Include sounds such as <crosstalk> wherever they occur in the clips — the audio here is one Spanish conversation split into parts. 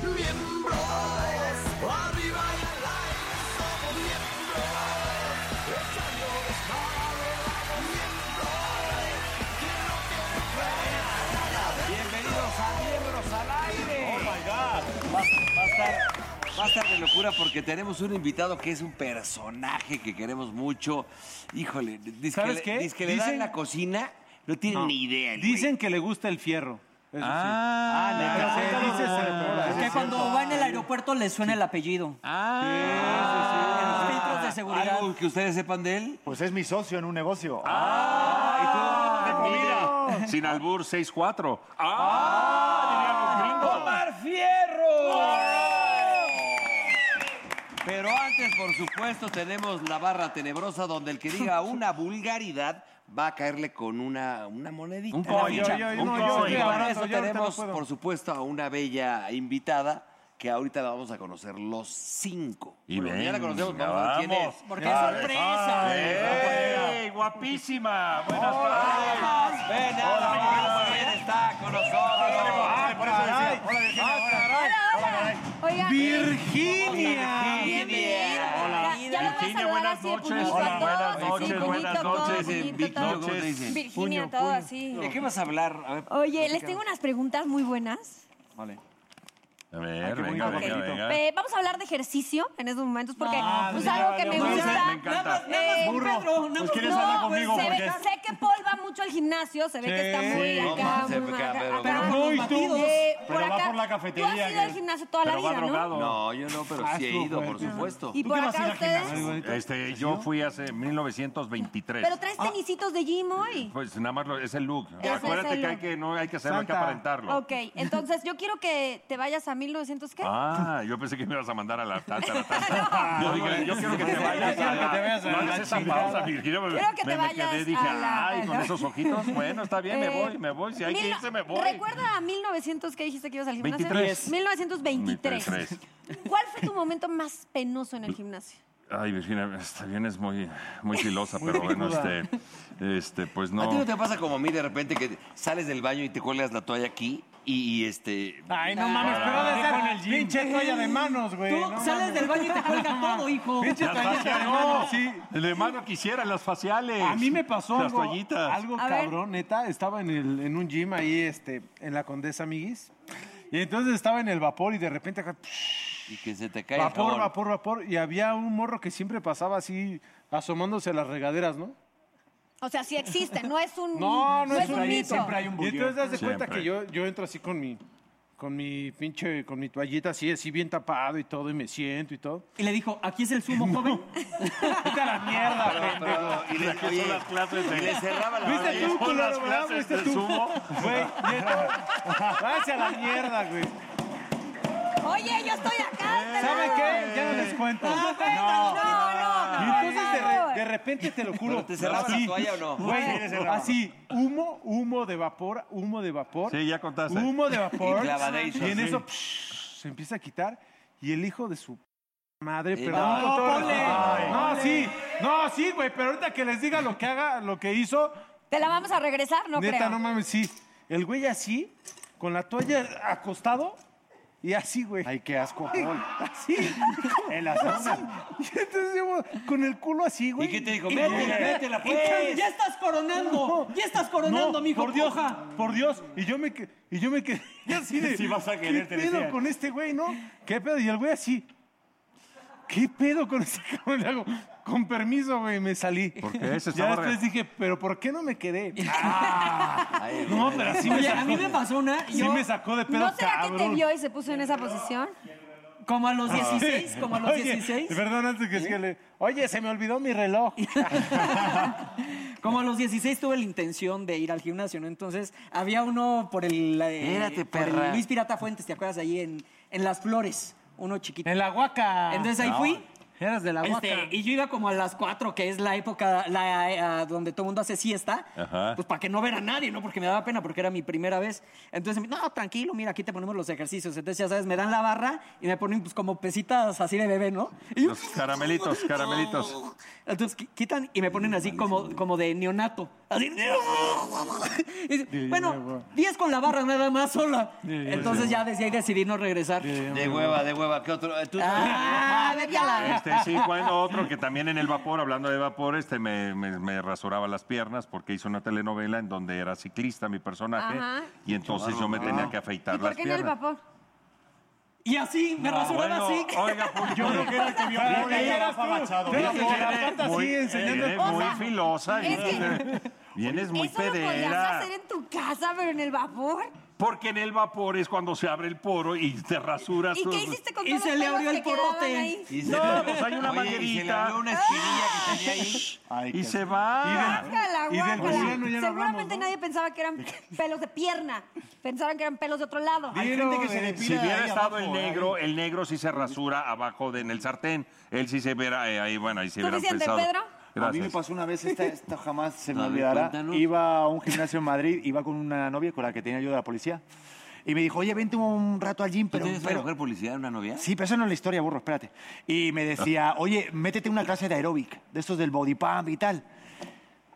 Miembros, arriba y al aire somos miembros, echando desmadre, vamos miembros, quiero que me vean. Bienvenidos a Miembros al Aire. Oh my God. Va, va a estar, va a estar de locura porque tenemos un invitado que es un personaje que queremos mucho. Híjole, dice ¿Sabes que, qué? Dice que le dan Dicen- la cocina, no tienen No. ni idea. el güey. Dicen que le gusta el fierro. Eso Ah, sí. neta, Pero sí, sí, dices, sí, ah, sí, que sí, cuando sí. va en el aeropuerto le suena el apellido. En los filtros de seguridad. Ah, Algo que ustedes sepan de él. Pues es mi socio en un negocio. Ah, Mira, sin albur 6-4. ¡Ah! ¡Omar Fierro! Pero antes, por supuesto, tenemos la barra tenebrosa donde el que <laughs> diga una vulgaridad va a caerle con una, una monedita. Un Una coin. ficha. Yo, yo, yo, Un no, yo coin. Y estoy Oye, para barato, eso yo ahorita no tenemos, puedo. por supuesto, a una bella invitada que ahorita la vamos a conocer los cinco. Y bueno, ya la venga, conocemos, vamos a ver quién vamos. es. Ah, Porque es sorpresa. ¡Ey! ¡Guapísima! Buenas Nada tardes. más, Ve nada más quién está con nosotros. Ah, por eso decía, hola, Virginia, hola. Oiga, Virginia. Virginia. Hola, ya, ya lo voy a Virginia, saludar buenas así, noches. puñito Hola, a todos, así, puñito a buenas noches, buenas todos, noches, puñito a todos. Vicky, eh, ¿cómo te dicen? Virginia, todo así. ¿De qué vas a hablar? A ver, Oye, les tengo unas preguntas muy buenas. Vale. A ver, qué bonito venga, venga, papelito. venga. Eh, vamos a hablar de ejercicio en estos momentos porque Ah, pues, mira, algo que yo me no sé, gusta. me encanta. Nada más, nada más, Burro. Pedro, nada Pues, más, ¿quieres no, hablar conmigo? se ve- Porque- Sé que Paul va mucho al gimnasio, se ve que está muy no acá. más, se ve muy que- acá, pero- acá. pero no, ¿y tú? Eh, pues, Pero va por la Tú cafetería, has ido al que- gimnasio toda la Pero va vida, ¿no? drogado. No, yo no, pero Ah, sí he estuvo ido, por fuerte. supuesto. Y ¿Tú por qué vas a acá ir al gimnasio? ustedes. Este, yo fui hace 1923. Pero Ah. traes tenisitos de gym hoy. Pues nada más lo- es el look. es Acuérdate el que hay look. que no hay que hacerlo, hay que Santa. aparentarlo. Ok, entonces yo quiero que te vayas a 1900, ¿qué? Ah, yo pensé que me ibas a mandar a la tártara. <laughs> tártara. Yo dije, yo quiero que te vayas. quiero que te vayas a No la hagas esa chingada. pausa, Virginia. Me, Quiero que te me vayas quedé, dije, a la- ay, con esos ojitos. Bueno, está bien, me Eh, voy, me voy. Si hay que mil- irse, me voy. Recuerda a 1900 que dijiste que ibas al gimnasio. 23. 1923. 23. ¿Cuál fue tu momento más penoso en el gimnasio? Ay, Virginia, está bien, es muy, muy filosa, pero bueno, este, este, pues ¿A ti no no. te pasa como a mí de repente que sales del baño y te cuelgas la toalla aquí y, y, este... Ah. Ay, no mames, pero de Ah, Con ser el gym. pinche toalla de manos, güey. Tú no sales mames. <laughs> del baño y te cuelga todo, hijo. Pinche Las toalla de faciales, manos, sí. no. El hermano quisiera las faciales. A mí me pasó Las algo, toallitas. algo A ver. cabrón, neta. Estaba en, el- en un gym ahí, este, en la Condesa Amiguis. Y entonces estaba en el vapor y de repente acá, Y que se te cae el vapor, jabón. vapor, vapor. Y había un morro que siempre pasaba así, asomándose a las regaderas, ¿no? O sea, si existe, no es un No, no, es, un mito. Y entonces das de Siempre. cuenta que yo, yo entro así con mi, con mi pinche, con mi toallita así, así bien tapado y todo, y me siento y todo. Y le dijo, aquí es el sumo, joven. Vete a la mierda, pendejo. Pero- <laughs> y le, Aquí oye, son las clases de... y le cerraba la ¿Viste oreja. tú, Son las culero, verdad? clases ¿Viste de tú? sumo. Güey, neta. Váyanse a la mierda, güey. Oye, yo estoy acá. de este ¿Saben lado. qué? Ya no les cuento. No, no, no. Y entonces de, no. re- de repente te lo juro. ¿Pero te cerraba la así, toalla o no? güey, Sí, te cerraba. así, humo, humo de vapor, humo de vapor. Sí, ya contaste. Humo de vapor. Y clavadeiza, y en sí. eso psh, se empieza a quitar. Y el hijo de su madre, Sí, perdón. no, con todo ponle, respeto. no, sí, no, sí, güey, pero ahorita que les diga lo que haga, lo que hizo, Te la vamos a regresar, no Neta, creo. no mames, sí. El güey así, con la toalla acostado, Y así, güey. Ay, qué asco, Paul. Así. En la zona. Y entonces yo, con el culo así, güey. ¿Y qué te dijo? Métela, <laughs> métela, pues. Ya estás coronando. Ya estás coronando, <laughs> mijo. Por Dios, coja. por Dios. Y yo me, que- y yo me quedé <laughs> así de. Sí vas a querer, ¿Qué te pedo decía. con este güey, no? ¿Qué pedo? Y el güey así. ¿Qué pedo con este <laughs> cabrón? Le hago, con permiso, güey, me salí. qué? Se ya estaba después re- dije, ¿pero por qué no <laughs> me quedé? Ah, no, pero así me Oye, sacó. a mí me pasó una. Sí yo- me sacó de pedo, ¿No será cabrón. que te vio y se puso en esa posición? Como a los 16, como a los ¿Eh? Oye, 16. Perdón, antes que siga, le- Oye, se me olvidó mi reloj. <laughs> Como a los 16 tuve la intención de ir al gimnasio, ¿no? Entonces había uno por el, eh, Espérate, por el perra. Luis Pirata Fuentes, ¿te acuerdas? Ahí en, en Las Flores, uno chiquito. En la huaca. Entonces ahí fui. Eras de la huaca. Este, y yo iba como a las 4, que es la época la, eh, ah, donde todo el mundo hace siesta, Ajá. pues para que no ver a nadie, ¿no? Porque me daba pena, porque era mi primera vez. Entonces, no, tranquilo, mira, aquí te ponemos los ejercicios. Entonces, ya sabes, me dan la barra y me ponen pues como pesitas así de bebé, ¿no? Y yo, Los caramelitos, caramelitos. entonces qui- quitan y me ponen así como, como de neonato. Así. Y dice, bueno, 10 con la barra nada más sola. Entonces ya desde ahí decidí no regresar. De hueva, de hueva. ¿Qué otro? Eh, tú- Ah, déjala. Este, sí, cuando otro que también en el vapor, hablando de vapor, este me, me- me rasuraba las piernas porque hice una telenovela en donde era ciclista mi personaje Ajá. y entonces yo me tenía que ¿Y afeitar por las qué en el piernas. vapor? Y así, me rasuraba Ah, Bueno, así. oiga, pues, yo creo que era <laughs> el que vio Pero Paul y ahí la eras gafa tú. Machado. Pero Vienes por la pata así, muy- enseñando- vienes muy O sea, filosa. es vienes- Vienes muy Eso lo podías pedera. hacer en tu casa, pero en el vapor. Porque en el vapor es cuando se abre el poro y te rasuras. ¿Y tú- qué hiciste con Y todos los se le pelos abrió que el porote. quedaban ahí? y No, le- pues hay una Oye, Y se le manguerita. abrió una espinilla que tenía ahí. Ay, Y qué- se va. Guácala, Y del guácala. boliviano ya no Seguramente hablamos, ¿no? nadie pensaba que eran pelos de pierna. Pensaban que eran pelos de otro lado. Hay gente que se Dilo, depila Si hubiera ahí estado abajo, el ¿eh? negro, el negro sí se rasura abajo de, en el sartén. Él sí se verá eh, ahí, bueno, ahí sí verá ¿Suficiente, pensado. Pedro? Gracias. A mí me pasó una vez, esta, esta jamás se me A ver, olvidará. cuéntanos. Iba a un gimnasio en Madrid, iba con una novia con la que tenía ayuda de la policía. Y me dijo, oye, vente un rato al gym, ¿Tú pero... tienes una pero- mujer policía, una novia? Ah. Sí, pero eso no es la historia, burro, espérate. Y me decía, oye, métete una clase de aeróbic, de estos del body pump y tal.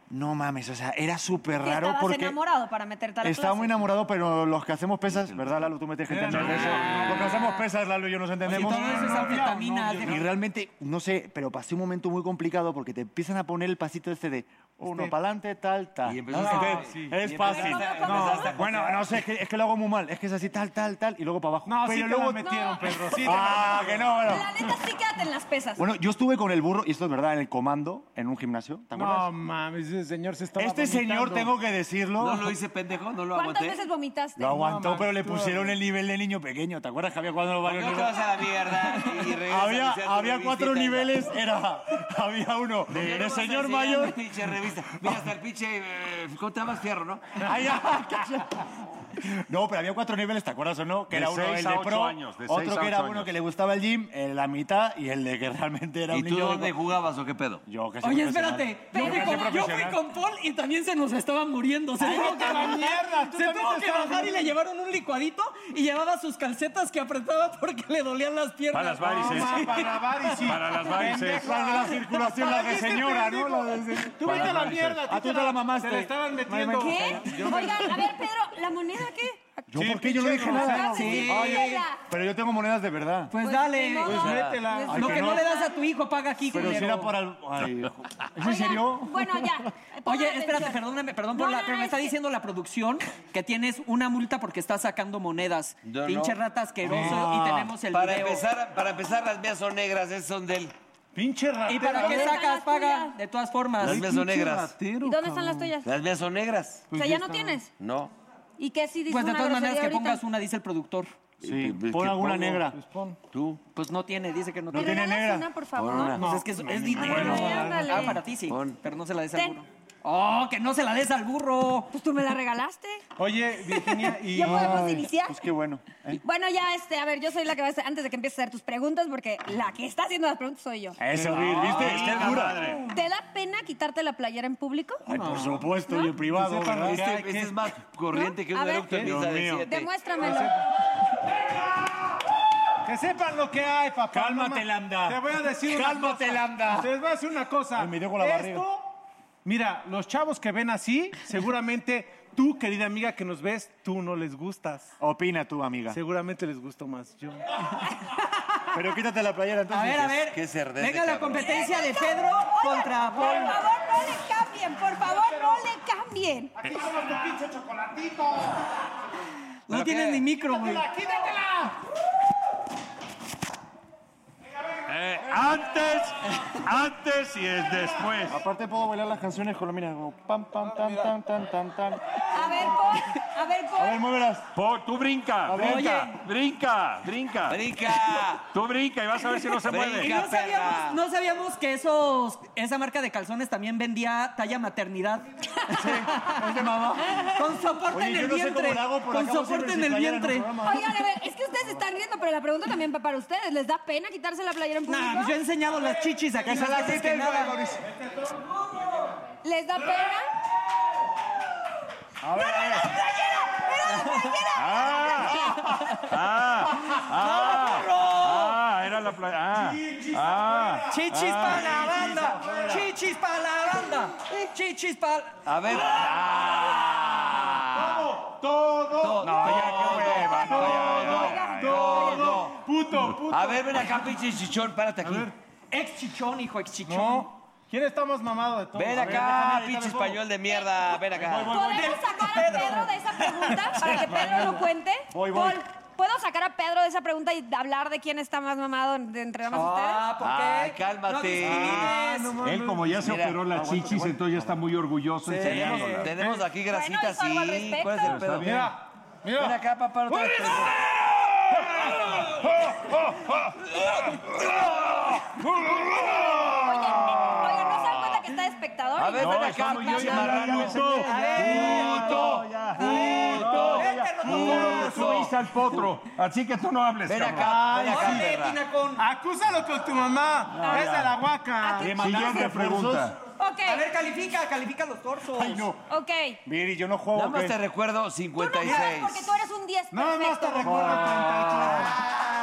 No mames, o sea, era súper Que raro estabas porque... enamorado para meterte a la Estaba clase. muy enamorado, pero los que hacemos pesas, ¿verdad, Lalo? Tú metes gente en el peso. Los que hacemos pesas, Lalo y yo nos entendemos. todo eso es anfetamina, deja- Y realmente, no sé, pero pasé un momento muy complicado porque te empiezan a poner el pasito este de uno para adelante, tal, tal. Y empezaste No, a- sí. y Es empezaste- fácil. ¿Cómo, No, cómo, cómo? Bueno, no sé, es que, es que lo hago muy mal. Es que es así, tal, tal, tal, y luego para abajo. No, sí pero te luego... la metieron, Pedro. Sí te la- Ah, que no, bueno. La neta, sí quédate en las pesas. Bueno, yo estuve con el burro, y esto es verdad, en el comando, en un gimnasio, ¿te No acuerdas? mames, ese señor se estaba este señor, vomitando. tengo que decirlo, No lo hice pendejo, no lo ¿Cuántas aguanté. veces vomitaste? lo aguantó, mames, pero le tú- pusieron el nivel de niño pequeño. ¿Te acuerdas que había cuatro ¿Por qué varios no te niveles? vas a la mierda? <laughs> y regresas Había, a hacer tu había revista cuatro y tal? niveles, era, había uno ¿Por qué de, no vas a señor enseñar mayor. mi pinche revista? Mira, hasta el pinche... eh, ¿Cómo te llamas? Fierro, ¿no? Ay, ah, <laughs> cacha. No, pero había cuatro niveles, ¿te acuerdas o no? Que De era uno seis el a de ocho pro, años, de seis otro a que era ocho uno años. que le gustaba el gym, eh, la mitad, y el de que realmente era ¿Y un tú niño. dónde de- jugabas o qué pedo? Yo que soy Oye, profesional. espérate, yo Yo fui, que soy con, yo fui profesional. con Paul y también se nos estaba muriendo. Se tuvo que bañar, se tuvo que bajar y le llevaron un licuadito y llevaba sus calcetas que apretaba porque le dolían las piernas. Para las varices. Para varices. Para las varices. Las de la circulación, la Ay, de este señora, ¿no? pendejo. La de- pues Tú vete a la varices. mierda. Ah, tú te la mamaste. Te la estaban Ay, metiendo. ¿Qué? Oigan, a ver, Pedro, ¿la moneda qué? ¿Yo por qué? Yo no dije nada. Sí. Oye, pero yo tengo monedas de verdad. Pues, Pues, dale. ni modo. Pues, métela. Pues, Ay, lo que que no. no. le das a tu hijo, paga aquí, Pero si culero. era para el... Ay, hijo. ¿Es en Oigan, serio? Bueno, ya. eh, Pongan Oye, espérate, atención. perdóname, perdón No, por no, la, no, pero me es está que- diciendo la producción que tienes una multa porque estás sacando monedas. Yo no. Pinche rata asqueroso y tenemos el Para video. empezar, para empezar, las mías son negras, esas son de él. Pinche ratero. ¿Y para qué ¿Dónde están sacas? las Paga, tuyas? de todas formas. Las mías son negras. ¿Y dónde están las tuyas? Las mías son negras. Pues o sea, ya no tienes. No. ¿Y qué si dices Pues de una todas maneras que grosería pongas ahorita? una, dice el productor. Sí, pues, pon que alguna pongo. negra. Tú. Pues no tiene, dice que no No ¿Me tiene. tiene regalas negra. una, por favor? Ahora. Pues es que es, es dinero. ándale. ah, para ti sí. Pon. Pero no se la des al Ten. burro. ¡Oh, que no se la des al burro! Pues tú me la regalaste. Oye, Virginia, <laughs> y... ¿Ya podemos Ay, iniciar? Pues qué bueno. ¿eh? Bueno, ya, este, a ver, yo soy la que va a hacer, antes de que empieces a hacer tus preguntas, porque la que está haciendo las preguntas soy yo. Eso, Vir, ¿viste? Está dura. ¿Te da pena quitarte la playera en púlco? Ay, pues, por supuesto, y en privado, Sepa ¿verdad? respirar. Este, este es más corriente que A un ver. eructo en Dios misa de mío. siete. Demuéstramelo. Que sepan lo que hay, papá. Cálmate, mamá. lambda. Te voy a decir una Cálmate, cosa. lambda. Te voy a decir una cosa. Ay, me dio con la barriga. Esto, mira, los chavos que ven así, seguramente Tú, querida amiga que nos ves, tú no les gustas. Opina tú, amiga. Seguramente les gusto más yo. Pero quítate la playera entonces. A ver, a ver. Qué cerdez de Venga la cabrón. competencia de Pedro Oigan, contra Por favor, Paul. no le cambien, por favor, no le cambien. Aquí somos tu pinche chocolatito. No tienes ni micro, güey. Quítatela, quítatela. Eh, antes, antes y es después. Aparte puedo bailar las canciones con la mira, como pam, pam, tan, tan, tan, tan, tan. A ver, Paul, a ver, A ver, Paul. muévelas. Po, tú brinca, ver. brinca, brinca, brinca. ¡Brinca! Tú brinca y vas a ver si no se Y mueve. Brinca. no perra. Ah. sabíamos, no sabíamos que esos, esa marca de calzones también vendía talla maternidad. Es de mamá. Con soporte Oye, en yo el no sé vientre. cómo la hago, pero con acabo soporte en siempre sin el playera en vientre. el programa. Oigan, a ver, es que ustedes se están riendo, pero la pregunta también va para ustedes. ¿Les da pena quitarse la playera en Nah, pues yo he público? enseñado las chichis acá. Que se la que quiten, nada. güey, Mauricio. ¿Les da pena? A ver, a ver. Ah, era la playa. Ah, ah. Chichis para la banda. Chichis para la banda. Chichis para. A ver. ¡Ah! No, ya, qué hueva. No, ya, ya, ya. Puto, puto. A ver, ven acá, pinche chichón, párate aquí. Ex chichón, hijo, ex chichón. No. ¿Quién está más mamado de todos? Ven A ver, acá, déjame, pinche déjame, español de mierda, ven acá. ¿Podemos sacar a Pedro de esa pregunta para que Pedro lo cuente? Voy, voy. Paul, ¿puedo sacar a Pedro de esa pregunta y hablar de quién está más mamado de entre ambas ustedes? Ah, ¿por qué? Ay, cálmate. No discrimines. Él como ya se Mira. operó las chichis, entonces ya está muy orgulloso enseñándola. Tenemos aquí Bueno, grasita, hizo algo al sí. respecto. ¿Cuál es el pedo? Mira, Ven mira. acá, papá. otra vez, Pedro. ¡Ah! <laughs> ¡Ah! Oiga, ¿no se dan cuenta que está de espectador? A ver, No, ven acá, estamos yo pinche ya marrano. marrano. Puto, puto, puto. Subiste al potro, así que tú no hables, Ven cabrón. acá, ven acá, Órale, perra. Tinacón. Acúsalo con tu mamá. es de la guaca. Aquí- Siguiente pregunta. A Ok, ver, califica, califica los torsos. Ay, no. ok. Viri, yo no juego. Nada más ¿qué? te recuerdo Tú no sabes 56. porque tú eres un 10 Nada más te perfecto. Ah. recuerdo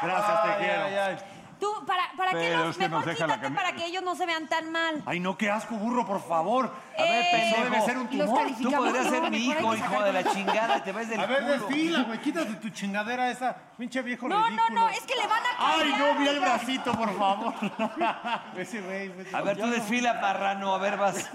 33. Gracias, te Ay, quiero. ay, ay. Tú, para, para que Pero los, es que nos mejor deja la quítate cami- para que ellos no se vean tan mal. Ay, no, qué asco, burro, por favor. A Eh, ver, Eso pendejo. debe ser un Y los tumor. Tú calificamos. podrías ser mi Mejor hay hijo, que hijo sacar- de la chingada, te ves del A ver, culo. desfila, güey. Quítate tu chingadera esa, pinche viejo No, no, ridículo. no, es que le van a Ay, cambiar. no, mira el bracito, por favor. Ese Pues güey. ese- A ver, tú desfila, parrano, a ver, vas.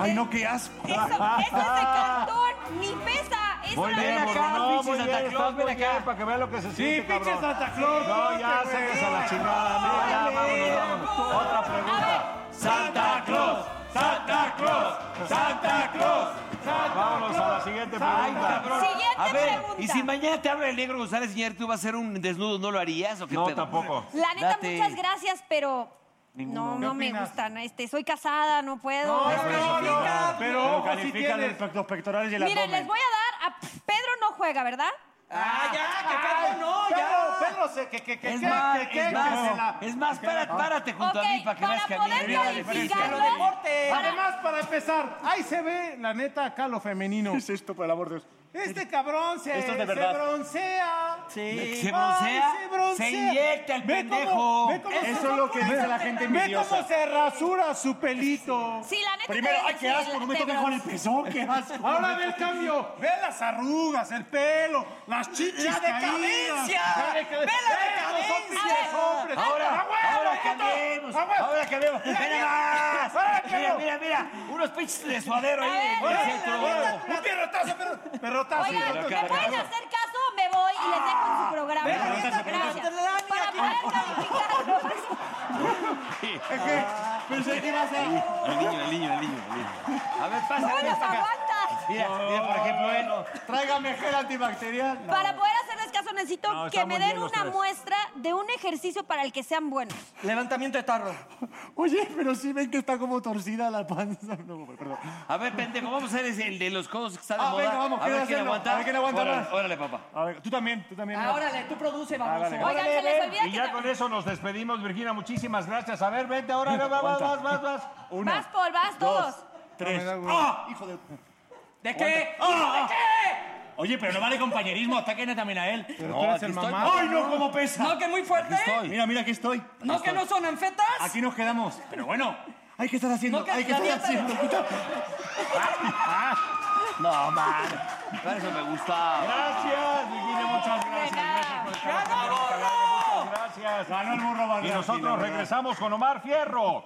Ay, no, qué asco. Eso, eso es de cartón, ni pesa. Eso Muy la bien, van a burro, cambiar. no, pinche muy Santa bien, Claus, estás muy ven acá. bien, para que vea lo que se Sí, siente, pinche cabrón. Santa Claus. No, ya güey. sáquense a la chingada. No, ya, vámonos, vámonos. Otra pregunta. Santa Claus, Santa Claus, Santa Claus. Vámonos a la siguiente pregunta. Siguiente A ver, pregunta. y si mañana te habla el negro González, señor, tú vas a ser un desnudo, ¿no lo harías o qué No, pedo? tampoco. La neta, Date. muchas gracias, pero no, ¿Qué no me opinas? gustan. Este, soy casada, no puedo. Es que- no, Pero pero ojo si califican tienes. el pecto- los pectorales y el Miren, les abdomen. voy a dar a Pedro no juega, ¿verdad? Ah, ya, que Pedro no, Pedro, ya. Pedro, se, que, que, que, Es que, más, que, que, es que se más, la- es más, párate, párate junto a mí ok, para que veas que a mí poder me da calificarlo. Pero deporte. Además, para empezar, ahí se ve, la neta, acá lo femenino. ¿Qué <laughs> es esto, por el amor de Dios? Este cabrón se, Esto es se de verdad. broncea. Sí. ¿Se Ay, broncea? se broncea. Se inyecta el Ve pendejo. cómo- ve cómo se- Eso es lo que dice la gente Ve cómo envidiosa. se rasura su pelito. Sí, la neta. Primero, te voy a ay, qué decir, asco, no me te toques bron- con el pezón, <laughs> qué asco. Ahora ve el cambio. Ve las arrugas, el pelo, las chichis ¡La caídas. decadencia! La decadencia. ¡Ve la Ve, no son decadencia! pinches hombres. Ahora, ¡A huevo, ahora puto! cambiemos, ¡A huevo! ahora cambiemos. Mira, Mira mira, más. ahora Mira, cambiamos. mira, mira, unos pinches de suadero ahí en el Órale, centro. órale, Un pierrotazo, perro- perrotazo. Oigan, ¿me perrotazo. pueden hacer caso? Me voy y les dejo en su programa. Gracias. Gracias. Gracias. Para poder calificarlos. Pensé que iba a ser. El niño, el niño, el niño, el niño. A ver, pásale. Bueno, aguanta. Mira, mira, por ejemplo, él. Tráigame gel antibacterial. No. Para poder hacerles caso necesito que me den una muestra de un ejercicio para el que sean buenos. Levantamiento de tarro. Oye, pero sí ven que está como torcida la panza. <laughs> No, perdón. A ver, pendejo, vamos a hacer ese, el de los codos que está de Ah, moda. venga, vamos, a ver quiero quién hacerlo, aguanta. a ver quién aguanta Órale, más. Órale, papá. A ver, tú también, tú también. Ah, órale, tú produce, vamos. Órale. Oigan, se les olvida Y que... ya con te- eso nos despedimos, Virginia. Muchísimas gracias. A ver, vente ahora. Vas, vas, vas, vas. vas. Una, Vas, Paul, vas, todos. tres. ¡Ah! Hijo de... Ah. ¿De qué? Oye, pero no vale compañerismo, ataquen también a él. Tú eres el mamá. ¡Ay, no, cómo pesa! No, que muy fuerte. Mira, mira, aquí estoy. No, que no son anfetas. Aquí nos quedamos. Pero bueno, hay que estar haciendo, No, que hay que la estar dieta- haciendo. No, man. Para eso me gustaba. Gracias, Virginia, muchas gracias. Gracias por estar aquí. Muchas Gracias. Ganó el burro, Y Valero, sí, la nosotros verdad. regresamos con Omar Fierro.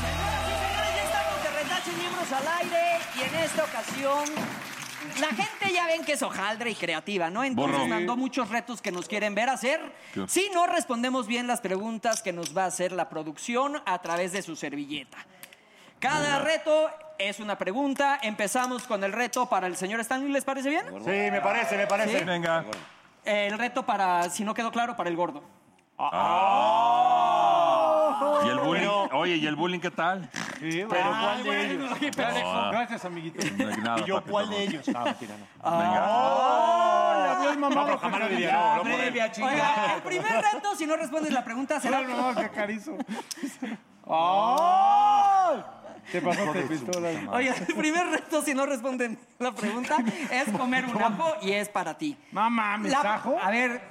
Señores, ya estamos de Retache Miembros al aire y en esta ocasión la gente ya ven que es hojaldre y creativa, ¿no? Entonces Borró. mandó muchos retos que nos quieren ver hacer. Si no respondemos bien las preguntas que nos va a hacer la producción a través de su servilleta. Cada reto es una pregunta. Empezamos con el reto para el señor Stanley, ¿les parece bien? Sí, me parece, me parece. Venga. El reto para, si no quedó claro, para el gordo. ¿Y el bullying? Oye, ¿y el bullying qué tal? Pero ¿cuál de ellos? Gracias, amiguito. No hay nada, ¿Y yo papito, cuál no. de ellos? No, mentira, no. Ah, Venga. No, pero jamás lo diría. no, Oiga, el primer reto, si no respondes la pregunta, será... No, qué <laughs> carizo. Ah. Te pasaste pistola. Oye, el primer reto, si no responden la pregunta, es comer un ajo y es para ti. No mames, La- ajo. A ver,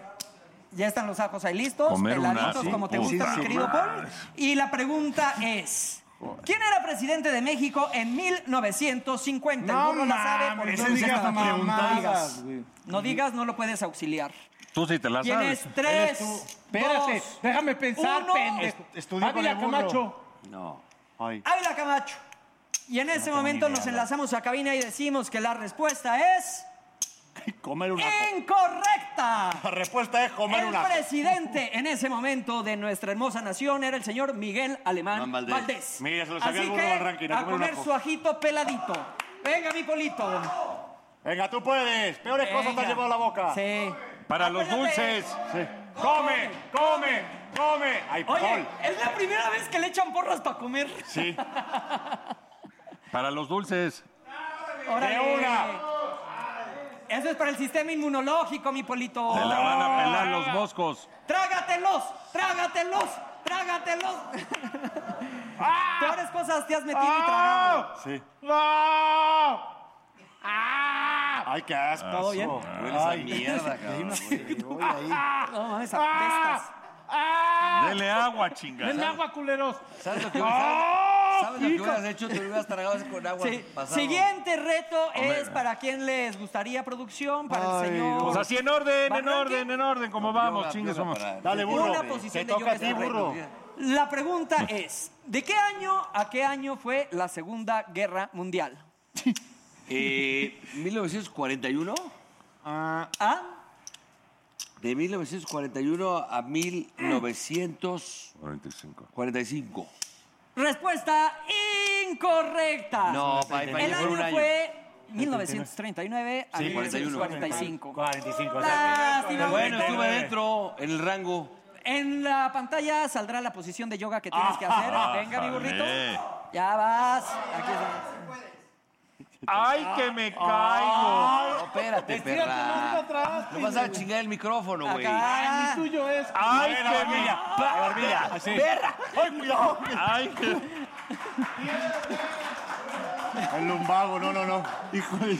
ya están los ajos ahí listos, Comer un peladitos ajo, como te puta gusta, mi querido Paul. Y la pregunta es. ¿Quién era presidente de México en 1950? El No burro la sabe porque mames, no no digas digas la pregunta. No mamadas, digas. güey. No digas, no lo puedes auxiliar. Tú sí te la sabes. Tienes tres, Espérate, dos, déjame pensar, uno. pendejo. Est- estudié con Ávila el burro. Camacho. No. Ay. Ávila Camacho. Y en ese momento nos enlazamos a cabina y decimos que la respuesta es Comer un ajo. incorrecta. La respuesta es comer El un ajo. presidente en ese momento de nuestra hermosa nación era el señor Miguel Alemán Juan Valdés. Valdés. Mira, se lo sabía Así el burro que del ranking, a a comer un comer ajo. su ajito peladito. Venga, mi polito. Venga, tú puedes. Peores cosas te has Venga. llevado a la boca. Sí. Ah, Para los Acuérdate. dulces. Sí. Come, come, come. Ay, Oye, Paul. es la primera vez que le echan porras para comer. Sí. Para los dulces. Órale. De una. Eso es para el sistema inmunológico, mi polito. Te la van Oh. a pelar los moscos. Trágatelos, trágatelos, trágatelos. Ah. Peores cosas te has metido y tragado. Sí. Ah. ¡No! Ah, Ay, qué asco. ¿Todo bien? Hueles <laughs> a mierda, cabrón. No mames, apestas. ah. Dele agua, ¡Denme chingada. agua, culeros! ¿Sabes lo que ¿Sabes lo que hubieras hecho? Te lo hubieras tragado así con agua. Sí. pasado. Siguiente reto Hombre. es para quien les gustaría producción, para el O pues señor. sea, sí, en orden, en ¿Barranque? orden, en orden, como Yoga, vamos, chingues, yoga vamos. para- Dale, burro. Una Te posición de toca yoga a es ti, un reto. burro. La pregunta es, ¿de qué año a qué año fue la Segunda Guerra Mundial? Eh, 1941. ¿Ah? De 1941 a 1945. 45. Respuesta incorrecta. No, pa- pa- El llegó en un año año. fue 1939 a 1945. 45. Lástima, Bueno, Beto. estuve dentro, en el rango. En la pantalla saldrá la posición de yoga que tienes que hacer. Venga, mi burrito. Ájale. Ya vas. Aquí está. ¡Ay, que me caigo! No, espérate, perra. No vas a chingar el micrófono, güey. Acá. El tuyo es. ¡Ay, que me Ay, cuidado. ¡Ay, que El lumbago, no, no, no. Hijo de...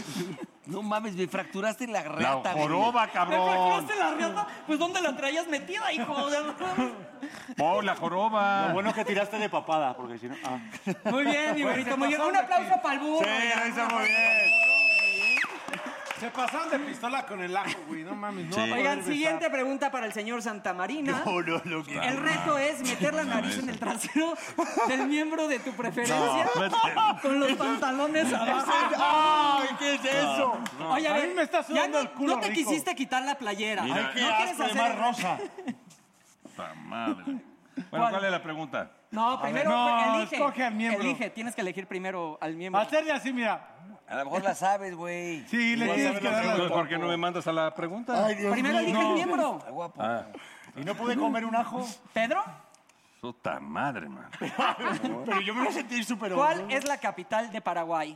No mames, me fracturaste la la rata, güey. joroba, ¿Me cabrón! fracturaste la riata? Pues ¿dónde la traías metida, hijo? O sea, no. ¡Oh, la joroba! Lo bueno que tiraste de papada, porque si no... Ah. Muy bien, mi burrito, muy bien. Un aplauso para el burro. lo hizo muy bien. Se pasaron de pistola con el ajo, güey. No mames, no. va a poder Oigan, besar. siguiente pregunta para el señor Santamarina. No, no, no. que- El reto es meter la nariz en el trasero del miembro de tu preferencia con los pantalones abajo. ¡Ay, qué es eso! Oye, a A ver, mí me está ya sudando no, el culo no te rico. quisiste quitar la playera. ¡Ay, no qué quieres asco de hacer mar rosa! Puta madre. ¿Cuál? Bueno, ¿cuál es la pregunta? No, primero no, elige. escoge al miembro. Elige, tienes que elegir primero al miembro. Hacerle así, mira. A lo mejor la sabes, güey. Sí, le tienes que dar Entonces, la... ¿Por qué no me mandas a la pregunta? Ay, Dios Primero mío. elige el miembro. Está guapo. Ah. ¿Y no pude comer un ajo? Pedro, Puta madre, man. Pero yo me voy a sentir súper ¿cuál es la capital de Paraguay?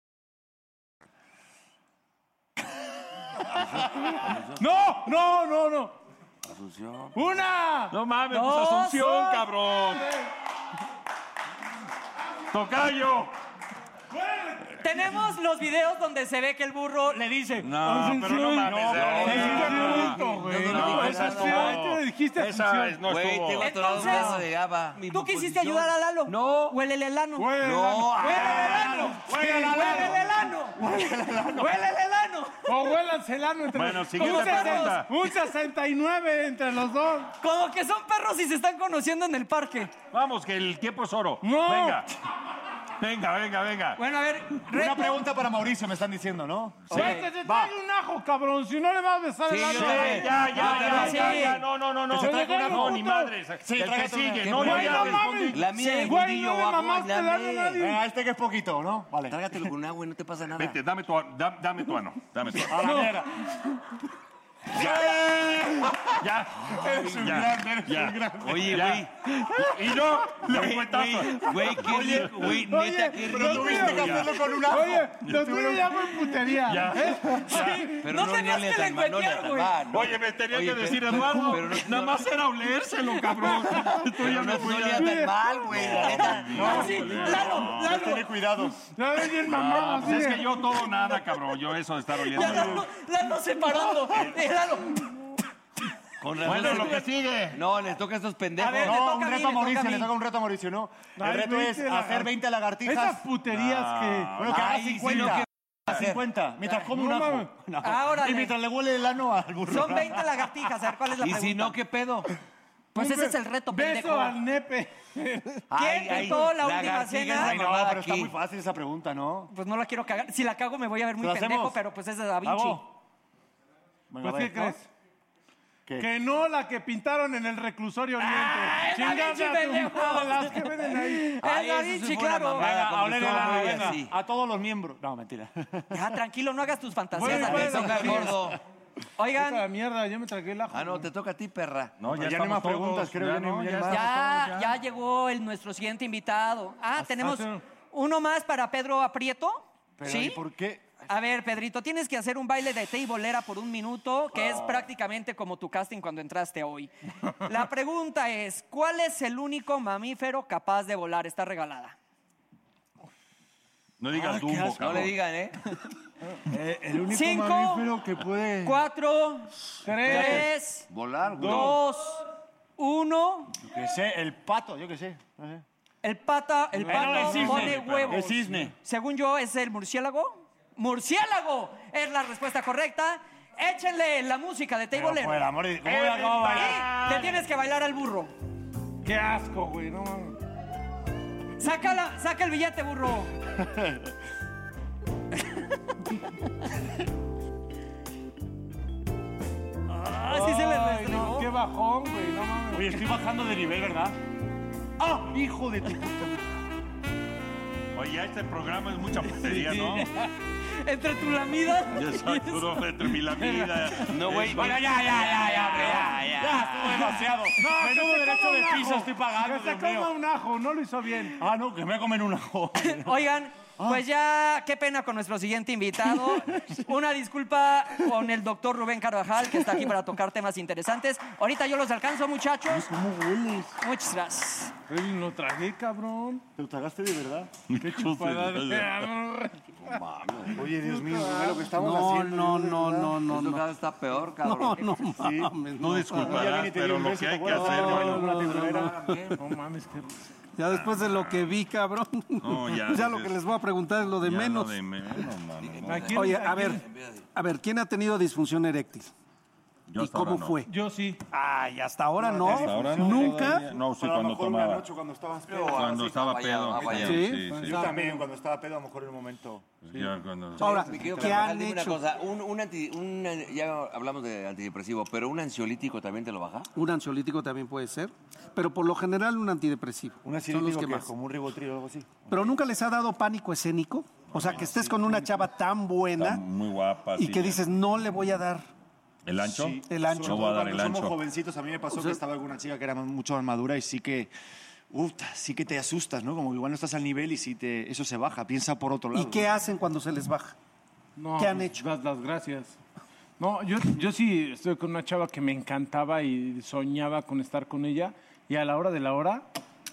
¡No! ¡No, no, no! Asunción. ¡Una! Pues No mames, pues, Dos, Asunción, tres. cabrón. Tocayo. Tenemos los videos donde se ve que el burro le dice. No, pero no mames. Esa es, no Güey, estuvo. tengo atorado Entonces, un brazo de GABA. ¿Tú quisiste ayudar a Lalo? No. Huélele el ano. Huélele el no. ano. Huélele el ano. Huélele Sí, el ano. Huélele el ano. Huélele el ano. Huélele el ano. O huélanse el ano entre Bueno, los siguiente un pregunta. 60, Un 69 entre los dos. Como que son perros y se están conociendo en el parque. Vamos, que el tiempo es oro. No. Venga. Venga, venga, venga. Bueno, a ver. Una reto. pregunta para Mauricio, me están diciendo, ¿no? Güey, que se traiga un ajo, cabrón. Si no le vas a besar Sí, el ya, ano. ya, ya, ya, sí. ya, ya, no, no, no, no. Que se No, traiga un no, ajo, ni puto. madres. Sí, el que tráigate una. sigue, Que no, no ya, haya ya. mames. respondí. La mía Sí, es güey, mundillo, no le agua, mamaste el ano a dame. nadie. Venga, este que es poquito, ¿no? Vale. Trágatelo con agua y no te pasa nada. Vete, dame tu, da- dame tu ano. Dame tu ano. A la mierda. Ya. Eres un grande, eres un grande. Oye, Ya. güey. Y no, le Güey, cuentazo. Güey, qué rico, güey, neta, qué Pero rico. tuviste que ya. hacerlo con un ajo. Oye, lo tuyo ya fue putería. ¿Eh? Ya. Pero ¿Eh? No no, tenías le que tan mal, no le lengüetear, tan güey. mal, no. Oye, me tenía Oye, que pero- <laughs> decir, Eduardo, pero no- nada no- más era olérselo, cabrón. Tú ya Pero me no, fui no a- le tan mal, güey, la neta. Ah, sí, Lalo, Pero Lalo. Ten cuidado. Ya ven bien Ah, mamado. pues así es de- que yo todo nada, cabrón. Yo eso de estar oliendo. Ya Lalo, Lalo separando. <laughs> Eh, Lalo. Con razón Bueno, se- lo que sigue. No, les toca a estos pendejos. A ver, No, toca un a mí, reto a me toca a Mauricio, mí. le toca un reto a Mauricio, ¿no? Ay, El reto es 20 hacer lagartijas. 20 Esas lagartijas. puterías Ah. Ah, que. Bueno, que haga Ay, sí, 50. no, A 50. Mientras come No un mames. ajo. No. Ahora Y le- mientras le huele el ano al burro. Ah, Son 20 lagartijas. A ver, ¿cuál es la Y pregunta? si no, ¿qué pedo? Pues un ese be- es el reto, Beso pendejo. al nepe. ¿Quién pintó la última cena? Ay, no, mamada pero está aquí. muy fácil esa pregunta, ¿no? Pues no la quiero cagar. Si la cago me voy a ver muy ¿Lo pendejo, hacemos? Ah, pero pues es de Da Vinci. Hago. Venga, Pues, ¿Qué va, ¿no? crees? ¿Qué? Que no la que pintaron en el reclusorio ¡Ay, Ah, oriente. Da Chingarse Vinci, a tu pendejo! madre, las que <laughs> venden ahí. Es Ay, Da eso sí Vinci, fue una claro. mamada. Venga, eh. como a oler el estuvo ano, muy venga. así. A todos los miembros. No, mentira. <laughs> Ya, tranquilo, no hagas tus fantasías. Bueno, a bueno, ver, toca el sí. gordo. Esta Oigan, mierda, ya me tragué el ajo. Ah, no, te toca a ti, perra. No, ya no hay más estamos preguntas, creo, ya no, ya estamos ya, todos, Ah, ya llegó el, nuestro siguiente invitado. Ah, tenemos ah, sí. uno más para Pedro Aprieto. Pero, ¿Sí? ¿y por qué? A ver, Pedrito, tienes que hacer un baile de teibolera por un minuto, que es prácticamente como tu casting cuando entraste hoy. <laughs> La pregunta es, ¿cuál es el único mamífero capaz de volar? Está regalada. No digas Dumbo, asco. No cabrón. le digan, ¿eh? Eh, el único Cinco, mamífero que puede... Cuatro, tres, Volar, güey. dos, uno. Yo qué sé, el pato, yo qué sé. No sé. El pata, el es pato cisne, pone pero- huevos. es cisne. Según yo, es el murciélago. ¡Murciélago! Es la respuesta correcta. Échenle la música de Pero, teibolera. por el amor de- ¿Cómo voy a acabar de bailar? Y le tienes que bailar al burro. Qué asco, güey, no mames. Saca, la- saca el billete, burro. ah, sí se le Ay, restregó. no, qué bajón, güey, no mames. Oye, estoy bajando de nivel, ¿verdad? ¡Ah! ¡Hijo de tu puta! Oye, ya este programa es mucha putería, ¿no? Entre tu <laughs> lamida. Ya soy duro entre mi la vida. No, güey. Ah, Bueno, ya, ya, ya, ya, hombre, ya, ya. Ya estuvo demasiado. No, Menudo derecho de piso estoy pagando, Que se Dios coma mío. un ajo, no lo hizo bien. Ah, no, que me voy a comer un ajo. <laughs> Oigan, Pues ya, qué pena con nuestro siguiente <laughs> invitado. Una disculpa con el doctor Rubén Carvajal, que está aquí para tocar temas interesantes. Ahorita yo los alcanzo, muchachos. ¿Cómo hueles? Muchas gracias. Ay, Lo tragué, cabrón. ¿Te lo tragaste de verdad? <laughs> Qué chupada de Oye, Dios mío, ve lo que estamos no, haciendo, No, de no, verdad. no, no, Esto no. cada está peor, cabrón. No, no Sí. mames. No disculparás, Ya viene y te pero dio un lo beso, que hay ¿te que acuerdas? hacer, No, bueno, no, no, temporera. no. No mames, qué Ya después de lo que vi, cabrón. No, ya <laughs> ya lo dices- que les voy a preguntar es lo de ya lo menos. de menos, mano. ¿A quién- Oye, a a ver, a ver, ¿quién ha tenido disfunción eréctil? Yo ¿Y hasta ahora cómo no. fue? Yo sí. Ay, hasta ahora no. Hasta ahora no. ¿Nunca? No, sí, Pero a lo cuando mejor una tomaba. noche cuando estabas pedo. Cuando sí, estaba caballero, pedo, caballero. sí, Sí. sí, sí. Yo también, cuando estaba pedo, a lo mejor en un momento. Ya cuando- Mi querido Carvajal, dime Una cosa, un, un anti- un- ya hablamos de antidepresivo, pero un ansiolítico también te lo baja. Un ansiolítico también puede ser, pero por lo general un antidepresivo. Un Son los ansiolítico que que más. como un ribotril o algo así. Pero nunca les ha dado pánico escénico, o sea, que estés con una chava tan Está buena muy guapa. y sí. que dices, "No le voy a dar." ¿El ancho? Sí, El ancho. No sobre voy a todo dar el cuando somos ancho. jovencitos, a mí me pasó O sea- que estaba alguna chica que era más- mucho más madura y sí que. Uf, sí que te asustas, ¿no? Como que igual no estás al nivel y sí te, eso se baja. Piensa por otro lado. ¿Y qué hacen cuando se les baja? No, ¿Qué han pues, Das las gracias. No, yo, yo sí estoy con una chava que me encantaba y soñaba con estar con ella. Y a la hora de la hora,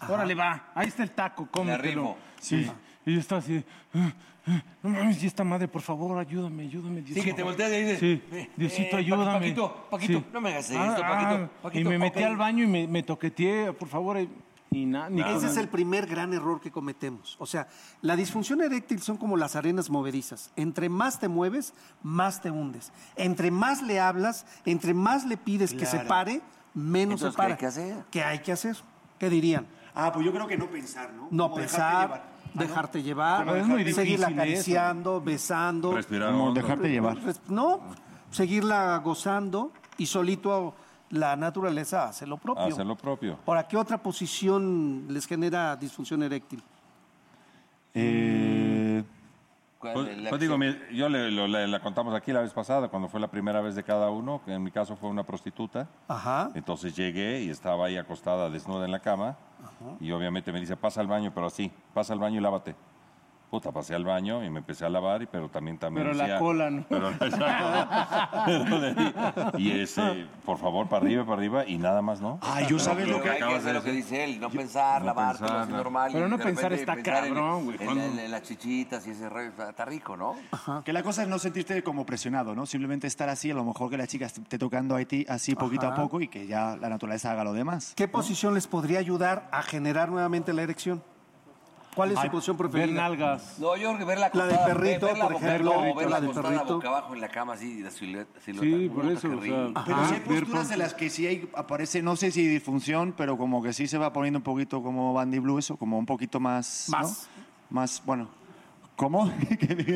órale, va, ahí está el taco, cómetelo. arrimo. Sí. Y yo estaba así, de, "Ah, ah, no mames, y esta madre, por favor, ayúdame, ayúdame. Sí, Diosito". que te volteas y dices, Sí, "Eh, Diosito, eh, ayúdame. Ah, Paquito, Paquito, no me hagas esto, Paquito, Y Paquito, me metí ok. al baño y me, me toqueteé, por favor, y, y nada. ni Ese con- es el primer gran error que cometemos. O sea, la disfunción eréctil son como las arenas movedizas. Entre más te mueves, más te hundes. Entre más le hablas, entre más le pides que se Claro. pare, menos Entonces, se para. ¿qué hay que hacer? ¿Qué hay que hacer? ¿Qué dirían? Ah, pues yo creo que no pensar, ¿no? No Como dejarte pensar, llevar. Ah, dejarte llevar, Pero es muy difícil seguirla eso. acariciando, besando. Respirar Como hondo. dejarte llevar. Res- No, seguirla gozando y solito la naturaleza hace lo propio. Hacer lo propio. ¿Para qué otra posición les genera disfunción eréctil? Eh, ¿Cuál Pues, es la pues que digo, se- mi- yo le, lo- le- la contamos aquí la vez pasada, cuando fue la primera vez de cada uno, que en mi caso fue una prostituta. Ajá. Entonces llegué y estaba ahí acostada, desnuda en la cama, y obviamente me dice, pasa al baño, pero así, pasa al baño y lávate. Puta, pasé al baño y me empecé a lavar, y, pero también también Pero la decía- cola, ¿no? Pero- <laughs> y ese, por favor, para arriba, para arriba, y nada más, ¿no? Ah, yo sabes lo que- acabas Hay que de hacer lo que decir. dice él, no pensar, no lavarte, pensar, así no. normal. Pero y no de pensar repente está en- cabrón, güey, en- cuando- en- en las chichitas y ese rollo, está- está rico, ¿no? Que la cosa es no sentirte como presionado, ¿no? Simplemente estar así, a lo mejor que la chica esté tocando a ti así poquito Ajá. a poco y que ya la naturaleza haga lo demás. ¿Qué posición les podría ayudar a generar nuevamente la erección? ¿Cuál es su Ay, posición preferida? ver nalgas. No, yo creo que verla La acostada, del ver- perrito, verla por boca- ejemplo, no, verla la del acostada perrito. boca abajo en la cama así, la silueta. Sí, por eso, o sea, Pero sí hay ver posturas con- en las que sí hay- aparece, no sé si disfunción, pero como que sí se va poniendo un poquito como Bandy Blue, eso, como un poquito más. ¿no? Más. Más, bueno. ¿Cómo? <laughs>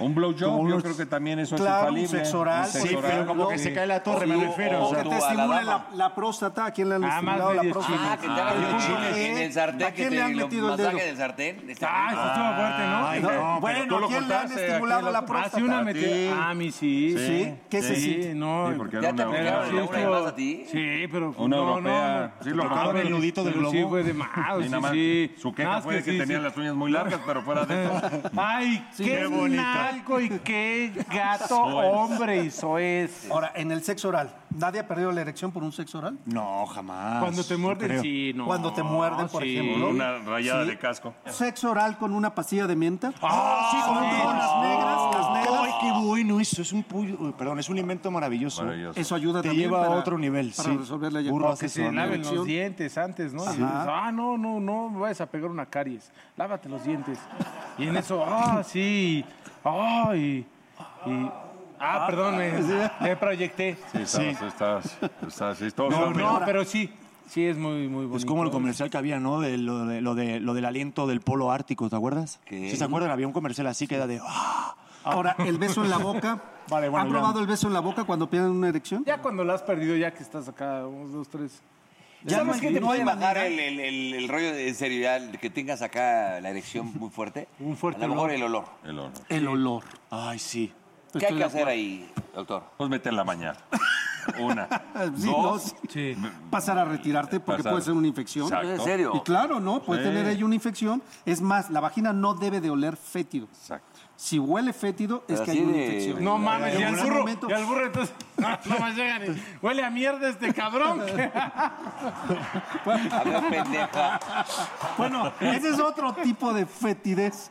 un blowjob, Como yo unos- creo que también eso Claro, es un infalible. sexo oral, por Sí, pero ejemplo. como que se cae la torre, me O- refiero. O, o sea. que te estimule la, la próstata. ¿A quién le han Ah, estimulado más la medias próstata? Ah, que te hagan ¿El los punto chiles G? en el sartén. ¿A quién que le te- han lo- metido el masaje dedo? del sartén. Está Ah, rico. eso estuvo fuerte, ¿no? Ay, no, pero bueno, tú lo ¿a quién le han contaste, estimulado ¿a quién lo- la Ah, sí, una próstata? metida. Sí. Ah, a mí sí. Sí. ¿Sí? ¿Qué se siente? No, Sí, porque era ¿Ya te una- aplicaron pero la una y estuvo- más a ti? Sí, pero... Una no, europea. no, Sí, no. lo Pero acabaron. pero Sí, fue de más, Y nada más, sí, sí. Su queja Más fue que, sí, tenía sí. las uñas muy largas, pero <laughs> fuera de eso. Ay, Sí, qué qué bonito. naco y qué gato Soez. hombre y soez. Ahora, en el sexo oral, ¿nadie ha perdido la erección por un sexo oral? No, jamás. Cuando te no muerden, creo. sí, no. Cuando te muerden, por sí. ejemplo. Una rayada Sí. de casco. ¿Sexo oral con una pastilla de mienta? Ah, sí, con con con las negras, las negras. Ay, qué bueno eso. Es un puyo- uy, perdón, es un invento maravilloso. Maravilloso. Eso ayuda Te también lleva para- a otro nivel. para sí. resolver la Burro que hace se eso, ¿no? laven los dientes antes, ¿no? Y Ajá. dices, ah, no, no, no, me vayas a pegar una caries. Lávate los dientes. Y en eso, ah, sí, ah, y... y- ah, perdón, me, me proyecté. Sí, estás, estás, estás, sí, todo No, está no, bien. pero sí, sí es muy, muy bonito. Es como el comercial que había, ¿no? De lo, de, lo, de, lo del aliento del polo ártico, ¿te acuerdas? ¿Sí se acuerdan? Había un comercial así que era de... "Ah". Ahora, el beso en la <laughs> boca. Vale, bueno, ¿Han ya. probado el beso en la boca cuando pierden una erección? Ya cuando la has perdido, ya que estás acá, unos, dos, tres. Ya ¿Sabes no qué hay- te no puede hay bajar el, ¿eh? manera. el, el, el rollo de seriedad que tengas acá la erección muy <laughs> fuerte? Un fuerte A lo mejor olor. el olor. El horno. El olor. Ay, sí. ¿Qué hay que hacer ahí, doctor? Pues meterla mañana. Una. <laughs> Sí, Dos. no, Pasar a retirarte porque Pasar. puede ser una infección. Exacto. ¿eh? ¿En serio? Y claro, ¿no? Puede Sí. tener ella una infección. Es más, la vagina no debe de oler fétido. Exacto. Si huele fétido, es Pero que hay así una de- infección. No mames, En y al algún burro, momento- y al burro entonces, no más llegan y, huele a mierda este <laughs> cabrón. A ver, pendeja. Bueno, <laughs> ese es otro tipo de fetidez.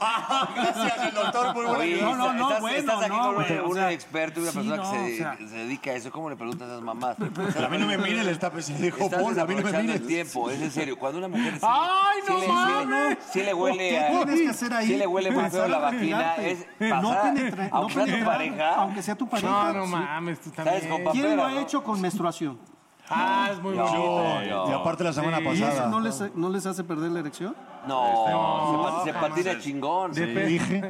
Gracias, el doctor. Muy buena Oye, No, no, no, estás, bueno, estás aquí no, con güey, un, o un sea, experto, una sí, persona no, que se, o sea. se dedica a eso. ¿Cómo le preguntas a <laughs> esas mamás? a mí no me mire el estape, se dijo Estás Paul, a mí no me desaprovechando mire. Ah. el tiempo, es en serio. Cuando <laughs> una mujer sí, ¡Ay, sí no le, sí le- mames! sí le huele ¿Qué a- tienes que hacer ahí? Sí le huele más feo Empezar la a vagina. fregarte. Es no pasar, penetra, no aunque sea tu penetrar, pareja. Aunque sea tu pareja. No, no sí. mames, tú ¿Sabes? Con también. ¿Quién lo papera, ha ¿no? hecho con menstruación? Ah, es muy No, bonito. no. Y aparte la semana ¿Y eso pasada. no les, no les hace perder la erección? No, Este, No, se, pat- se jamás. patina chingón. De pe- dije.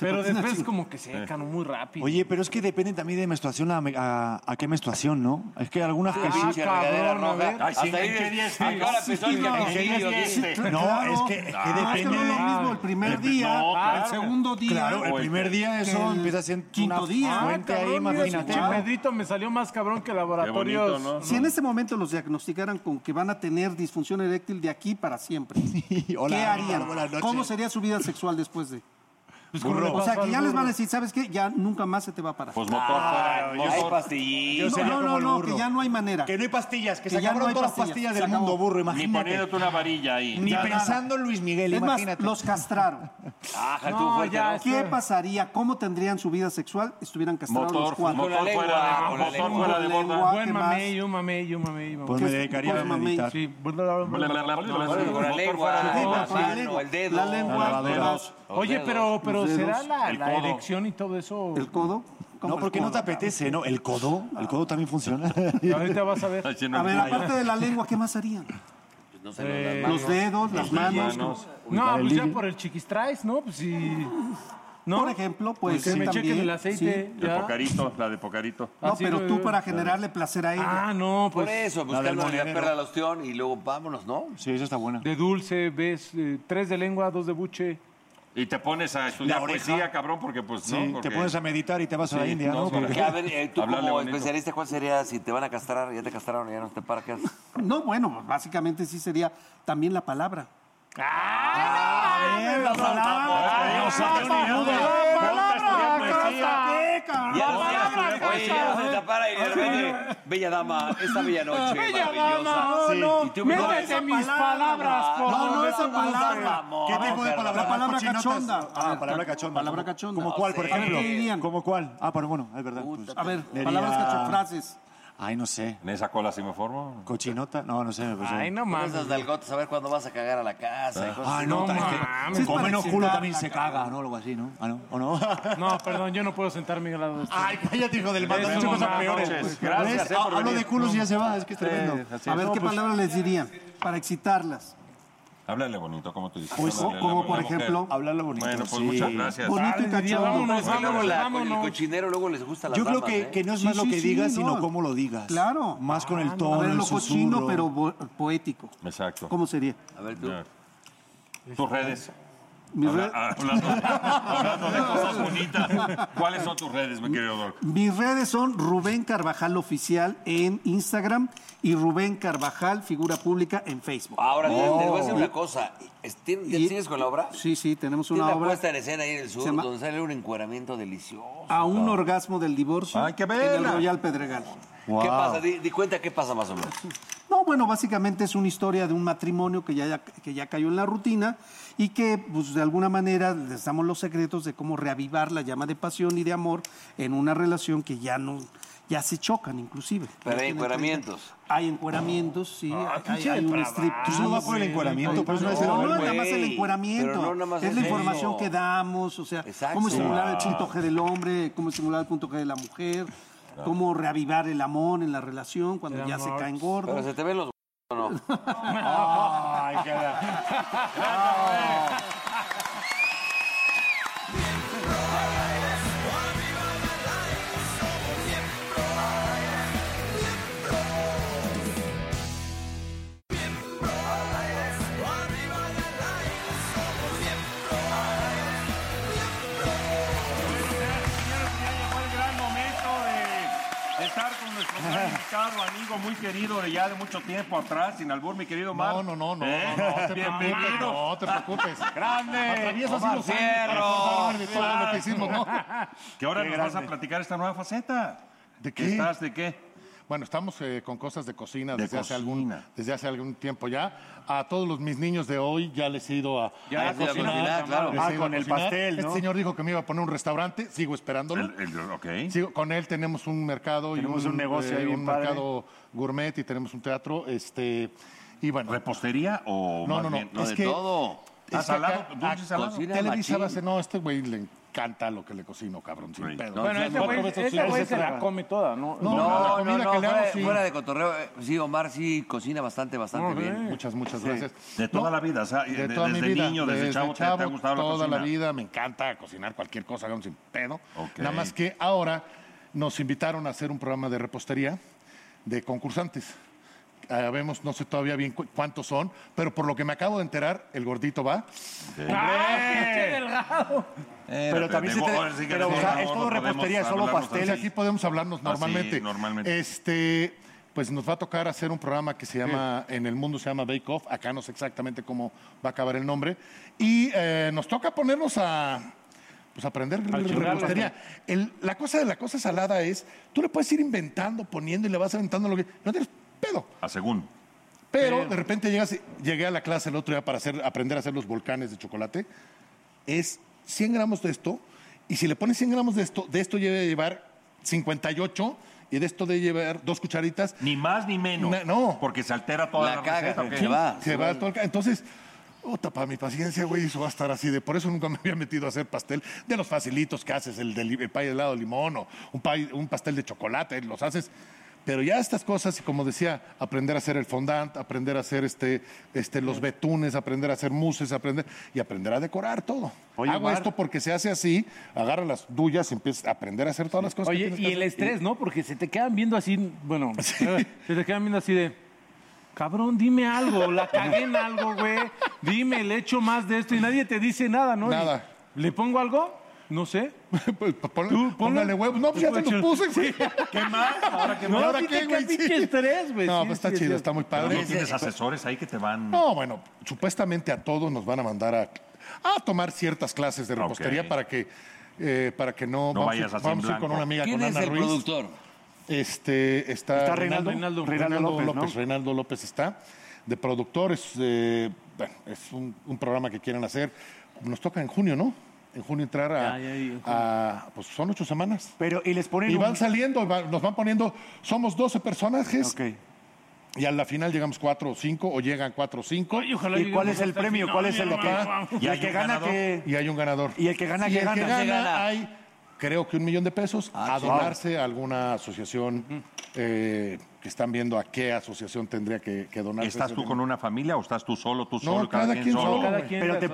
Pero patina después así. como que secan muy rápido. Oye, pero es que depende también de menstruación a, a- a qué menstruación, ¿no? Es que algunas Ah, personas... Pinche regadera cabrón, a roja. ver. Ay, sí, Hasta ahí ¿en qué día ves- es ¿A qué hora empezó el Sí, no, caprichillo? Dice. No, es que- es que Ah, es que no es depende- lo mismo el primer día, No, claro. el segundo día. Claro, el primer día que eso el empieza siendo quinto una día. Ah, fuente ahí, cabrón, mira, ese imagínate. pinche Pedrito me salió más cabrón que laboratorios. Si en este momento los diagnosticaran con que van a tener disfunción eréctil de aquí <laughs> para siempre, ¿qué Hola, harían? buenas noches. ¿Cómo sería su vida sexual después de? Burro. O sea, que ya les van a burro. decir, ¿sabes qué? Ya nunca más se te va a parar. Pues motor fuera. yo Hay soy- pastillitas. yo Ah, no, sería no, como no, el no, burro. que ya no hay manera. Que no hay pastillas, que, Que se ya no acabaron hay todas las pastillas, pastillas se del mundo, acabó. burro, Ni imagínate. poniéndote una varilla ahí. Ni Ya, pensando en Luis Miguel, es más, imagínate. <laughs> los castraron. Ajá, tú No, Ah, fuerte, ya, ¿no? es- ¿Qué pasaría? ¿Cómo tendrían su vida sexual? Estuvieran castrados Motor, los cuatro. Con la motor fuera lengua, de, con la motor lengua. fuera de Con la borda. lengua. Buen ¿qué mamey, un mamey, un mamey, un Pues mamey. me dedicaría a Pues, mamey, meditar. Sí. Bla, bla, bla, bla, bla, bla, Con motor fuera la lengua, de Sí, borda. la con la mano, lengua. el dedo. La lengua, La lavadora. los- Oye, pero, pero Los dedos. ¿será la, El la codo. erección y todo eso? el codo. ¿Cómo No, el porque no codo? te apetece, ¿no? El codo, el codo también funciona. <laughs> Ahorita vas a ver. Ay, sí, no, Pues A ver, no, aparte de la lengua, ¿qué más harían? No sé, las Eh, manos. Los dedos, las manos. manos. No, pues ya por el chiquistrais, ¿no? Pues sí. ¿No? Por ejemplo, pues que me también, chequen el aceite. El ya. pocarito, la de pocarito. No, Así pero lo tú veo. para generarle placer a ella. Ah, no, Por pues. eso, La del buscando la molinero. perla al ostión y luego vámonos, ¿no? Sí, eso está bueno. De dulce, ves, eh, tres de lengua, dos de buche. Y te pones a estudiar La oreja. poesía, cabrón, porque pues Sí, no. Porque... te pones a meditar y te vas a la India, ¿no? no, Porque- Que, a ver, eh, tú Hablarle como bonito. especialista, ¿cuál sería si te van a castrar, ya te castraron, ya no te paras? ¿qué haces? No, bueno, pues, básicamente sí sería también la palabra. Ah, no, saqué una duda. Ya, ya, oye, ya no se te para y de repente, bella dama, esta bella noche <laughs> maravillosa. Sí. Y tú, no, Métete esa mis palabras, por No, no, favor. esa palabra. mamón. ¿Qué tipo de Pero, palabra? La palabra Cochinotas. cachonda. A Ah, ver, palabra ca- cachonda. palabra ¿Cómo- cachonda. ¿Cómo cuál, por Sí. ¿Qué dirían? ejemplo? ¿Cómo cuál? Ah, pero bueno, es verdad. pues. A ver, Diría- palabras cachonfrases. Ay, no sé. En esa cola sí me formo. Cochinota. No, no sé. me parece- Ay, no con mames. Esas nalgotas, a ver cuándo vas a cagar a la casa. y cosas Ah, así. no, No es mames. que Sí, con es menos para culo excitar también la <laughs> se cara. caga, ¿no? Algo así, ¿no? Ah, no, ¿O no? <laughs> No, perdón, yo no puedo sentarme al lado de este. usted. Ay, cállate, hijo del mal. Eso Has hecho no cosas mames. peores. Gracias, ¿Ves? eh, por Hablo venir. de culos y ya se va. Es que es tremendo. así A ver, No, ¿qué pues, palabras les dirían para excitarlas? Háblale bonito, como tú dices. Pues, háblale a la- como a la por mujer. ejemplo- Hablarlo bonito. Bueno, pues sí. muchas gracias. Bonito y les diría, cachondo. Pues, vámonos, Es que luego vámonos, la- con el vámonos. cochinero luego les gusta las Yo creo damas, que, ¿eh? que no es Sí, más lo sí, que sí, digas, no. sino cómo lo digas. Claro. Más con Ah, el A tono, ver, el lo cochino, susurro. pero bo- poético. Exacto. ¿Cómo sería? A ver, tú. Ya. Tus redes. Mi Habla- ah, red- hablando, hablando de cosas bonitas. ¿Cuáles son tus redes, mi querido Doc? Mis redes son Rubén Carvajal Oficial en Instagram y Rubén Carvajal Figura Pública en Facebook. Oh. Ahora, te, te voy a decir una cosa. Es- ¿tien- Y- ¿Sigues con la obra? Sí, sí, tenemos Tiene una una obra puesta en escena ahí en el sur Se llama- donde sale un encueramiento delicioso. a un orgasmo del divorcio Ay, qué en vela. el Royal Pedregal. ¿Qué pasa? Di, di cuenta qué pasa más o menos. No, bueno, básicamente es una historia de un matrimonio que ya, que ya cayó en la rutina y que, pues, de alguna manera les damos los secretos de cómo reavivar la llama de pasión y de amor en una relación que ya no, ya se chocan inclusive. Pero Ya hay tienen encueramientos. 30. Hay encueramientos, sí. Ah, hay- hay, pinche hay un depravado, strip. Tú no vas por el encuadramiento, por eso no es el No, Ay, no, nada güey, más el encueramiento. pero no nada más es es la eso. información que damos, o sea, Exacto. cómo estimular el punto G del hombre, cómo estimular el punto G de la mujer, cómo reavivar el amor en la relación cuando El ya se amor. caen gordos. Pero se te ven los o no. Ay, qué la- Señoras y señores, llegó el gran momento de, de estar con nuestro nuestro gran invitado, amigo muy querido de ya de mucho tiempo atrás, sin albur, mi querido Mar. No, no, no, no, no, no te preocupes, no te preocupes. ¡Grande! Atraviesas Omar los años para Fierro. hablar de todo lo que hicimos, ¿no? Que ahora Qué nos vas a grande. platicar esta nueva faceta. ¿De qué? ¿Estás de qué? Bueno, estamos eh, con cosas de cocina De desde, Hace algún, desde hace algún tiempo ya. A todos los, mis niños de hoy ya les he ido a, Ya a les he ido a cocinar, claro. les he Ah, ido a con el cocinar. pastel, ¿no? Este señor dijo que me iba a poner un restaurante, sigo esperándolo. Sigo- con él tenemos un mercado Tenemos y un negocio ahí bien un padre. mercado gourmet y tenemos un teatro. Este, y bueno. ¿Repostería o no, más no, no, bien lo es de que- todo? es Ah, que salado, acá- dulce, ah, salado. Televisa Cocina va a ser, no, este güey le encanta lo que le cocino, cabrón, sin pedo. bueno, este Cuatro güey veces este sí, güey ese se la traga. come toda, ¿no? No, la No, no, comida no, que le hago, fuera, sí. fuera de cotorreo. eh, Sí, Omar sí cocina bastante, bastante Muy bien. bien. Muchas, muchas gracias. De toda la vida, o sea, de- desde niño, desde chavo, te- te ha gustado la Toda cocina. la vida me encanta cocinar cualquier cosa, digamos, sin pedo. Nada más que ahora nos invitaron a hacer un programa de repostería de concursantes. Ah, vemos, no sé todavía bien cu- cuántos son, pero por lo que me acabo de enterar, el gordito va. Eh, Eh, pero también se te- sí que pero, o sea, no, es todo no podemos repostería, es solo hablarnos pastel. así. Aquí podemos hablarnos Así, normalmente. normalmente. Este, pues nos va a tocar hacer un programa que se llama, en el mundo se llama Bake Off. Acá no sé exactamente cómo va a acabar el nombre. Y eh, nos toca ponernos a. Pues aprender churrasco. repostería. El- la cosa de la cosa salada es, tú le puedes ir inventando, poniendo y le vas aventando lo que. No tienes pedo. A según. Pero de repente llegas, y- llegué a la clase el otro día para hacer, aprender a hacer los volcanes de chocolate. Es 100 gramos de esto. Y si le pones 100 gramos de esto, de esto debe llevar 58 y de esto debe llevar dos cucharitas. Ni más ni menos. Na- no. Porque se altera toda la, receta. ¿o qué? Sí, se va todo el ca- Entonces, puta, para mi paciencia, güey, eso va a estar así. De, por eso nunca me había metido a hacer pastel de los facilitos que haces, el, de, li- el pay de helado de limón o un, pay- un pastel de chocolate, los haces. Pero ya estas cosas, y como decía, aprender a hacer el fondant, aprender a hacer este, este, los betunes, aprender a hacer muses, aprender y aprender a decorar todo. Oye, Hago Omar. esto porque se hace así, agarra las duyas y empiezas a aprender a hacer todas las cosas. que Oye, tienes que y el hacer. estrés, ¿no? Porque se te quedan viendo así, <laughs> bueno, se te quedan viendo así de, cabrón, dime algo, la cagué en algo, güey, dime, le echo más de esto y nadie te dice nada, ¿no? Nada. ¿Le pongo algo? No <laughs> sé. Tú, póngale huevos. No, pues ya te los puse, güey. ¿Qué más? ¿Ahora qué más? No, ¿Ahora sí qué, te güey? cae Sí. pinche estrés, güey. No, Sí, pues está sí, sí, chido, sí. está muy Pero padre. no tienes asesores ahí que te van. No, bueno, supuestamente a todos nos van a mandar a, a tomar ciertas clases de repostería Ok. para que eh, para que no, No vamos, a ir- vayas así en vamos a ir con blanco. una amiga ¿Quién con es Ana el Ruiz. productor? Este está, ¿Está Reinaldo? Reinaldo, Reinaldo Reinaldo López, López, ¿no? Reinaldo López está de productor es eh, bueno, es un, un programa que quieren hacer. Nos toca en junio, ¿no? En junio entrar a, a- pues son ocho semanas. Pero y les ponen Y van un- saliendo, va- nos van poniendo, somos 12 personajes. Y a la final llegamos cuatro o cinco, o llegan cuatro o cinco. ojalá ¿Y lleguemos cuál es el hasta el premio? final, ¿Cuál es el de hermano. qué? Y ¿Y el hay que un gana ganador. qué? Y hay un ganador. ¿Y el que gana Y qué el que gana? ¿Qué gana gana? hay, creo que un millón de pesos, Ah, a chido. donarse a alguna Mm. asociación eh, que están viendo a qué asociación tendría que, que donarse. ¿Estás ese tú dinero. con una familia o estás tú solo, tú solo, No, cada, quien solo. güey.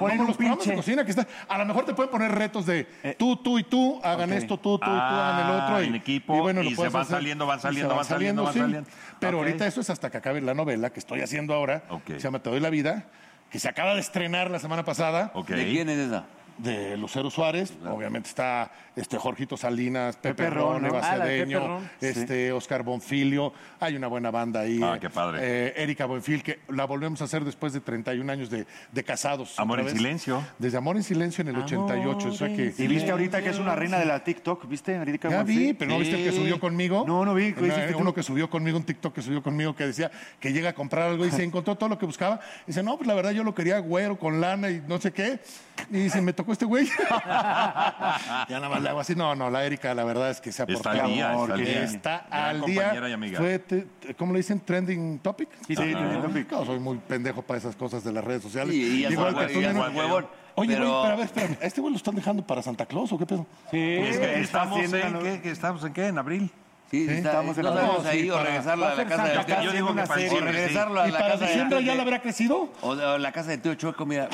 Como los programas de cocina que está- A lo mejor te pueden poner retos de tú, tú y tú, hagan Eh, ok. esto, tú, tú y tú, hagan el otro. Ah, y- en equipo, y se puedes van saliendo, van Y se saliendo, van saliendo, van saliendo. Pero Ok. ahorita eso es hasta que acabe la novela que estoy haciendo ahora. que Se llama Te doy la vida, que se acaba de estrenar la semana pasada. ¿De quién es esa? De Lucero Suárez, obviamente está este Jorgito Salinas, Pepe, Pepe Ron, Ron, ¿no? Eva Ah, la de Cedeño, Pepe Ron. este, Oscar Bonfilio, hay una buena banda ahí. Ah, eh, qué padre. eh, Erika Buenfil, que la volvemos a hacer después de 31 años de, de casados. Amor otra en vez. silencio. Desde Amor en Silencio en el 88. o sea que, Y viste ahorita que es una reina de la TikTok, ¿viste? Ahorita Ya Buenfil. vi, pero ¿no viste el que Sí. subió conmigo? No, no vi. ¿qué hiciste tú? uno que subió conmigo, un TikTok que subió conmigo, que decía que llega a comprar algo y se encontró todo lo que buscaba. Dice, no, pues la verdad yo lo quería güero, con lana y no sé qué. Y dice, me tocó este <laughs> güey. ya nada más le hago así. No, no, la Erika, la verdad es que se ha Está portado. al día, está al que día. está al Gran compañera día. y amiga. Fue, te- te- ¿cómo le dicen? ¿Trending topic? Sí, sí, Ah, trending topic. No, soy muy pendejo para esas cosas de las redes sociales. Sí, y ya Igual sabes, que tú, ya Neno. sabes, huevón. Oye, Pero- güey, pero a ver, espérame. ¿A este güey lo están dejando para Santa Claus o qué pedo? Sí. Es que estamos en qué, que estamos en qué, en abril. Sí, está- estamos en no abril. sabemos ahí, o regresarlo a la casa de- Yo digo que para diciembre, sí. ¿Y para diciembre ya la habrá crecido? O de- o la casa del tío Chueco, mira.